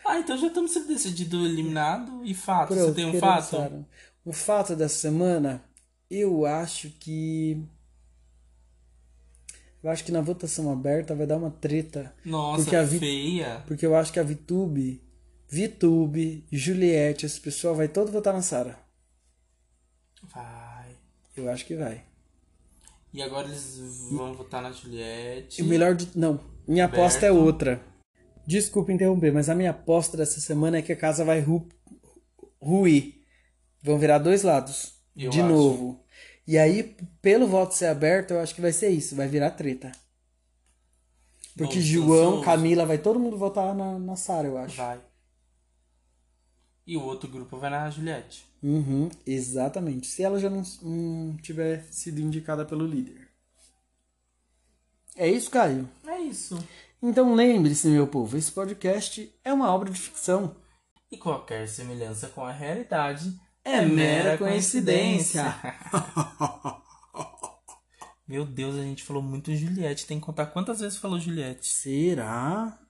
[SPEAKER 2] Ah, então já estamos sendo decidido eliminado e fato. Você
[SPEAKER 1] Pronto,
[SPEAKER 2] tem um
[SPEAKER 1] querendo
[SPEAKER 2] fato?
[SPEAKER 1] Sara. O Um fato dessa semana, eu acho que. Eu acho que na votação aberta vai dar uma treta.
[SPEAKER 2] Nossa,
[SPEAKER 1] Porque a Vi-
[SPEAKER 2] feia.
[SPEAKER 1] Porque eu acho que a Vitube, Vitube, Juliette, esse pessoal vai todo votar na Sara.
[SPEAKER 2] Vai.
[SPEAKER 1] Eu acho que vai.
[SPEAKER 2] E agora eles vão votar na Juliette.
[SPEAKER 1] O melhor de. Não, minha aposta é
[SPEAKER 2] Roberto.
[SPEAKER 1] outra. Desculpa interromper, mas a minha aposta dessa semana é que a casa vai ru... ruir. Vão virar dois lados.
[SPEAKER 2] Eu
[SPEAKER 1] de
[SPEAKER 2] acho.
[SPEAKER 1] novo. E aí, pelo voto ser aberto, eu acho que vai ser isso. Vai virar treta. Porque
[SPEAKER 2] Bom,
[SPEAKER 1] João,
[SPEAKER 2] ansioso.
[SPEAKER 1] Camila, vai todo mundo votar na, na Sara, eu acho.
[SPEAKER 2] Vai. E o outro grupo vai na Juliette.
[SPEAKER 1] Uhum, exatamente. Se ela já não hum, tiver sido indicada pelo líder. É isso, Caio?
[SPEAKER 2] É isso.
[SPEAKER 1] Então lembre-se, meu povo, esse podcast é uma obra de ficção.
[SPEAKER 2] E qualquer semelhança com a realidade
[SPEAKER 1] É mera coincidência.
[SPEAKER 2] Meu Deus, a gente falou muito Juliette. Tem que contar quantas vezes falou Juliette.
[SPEAKER 1] Será?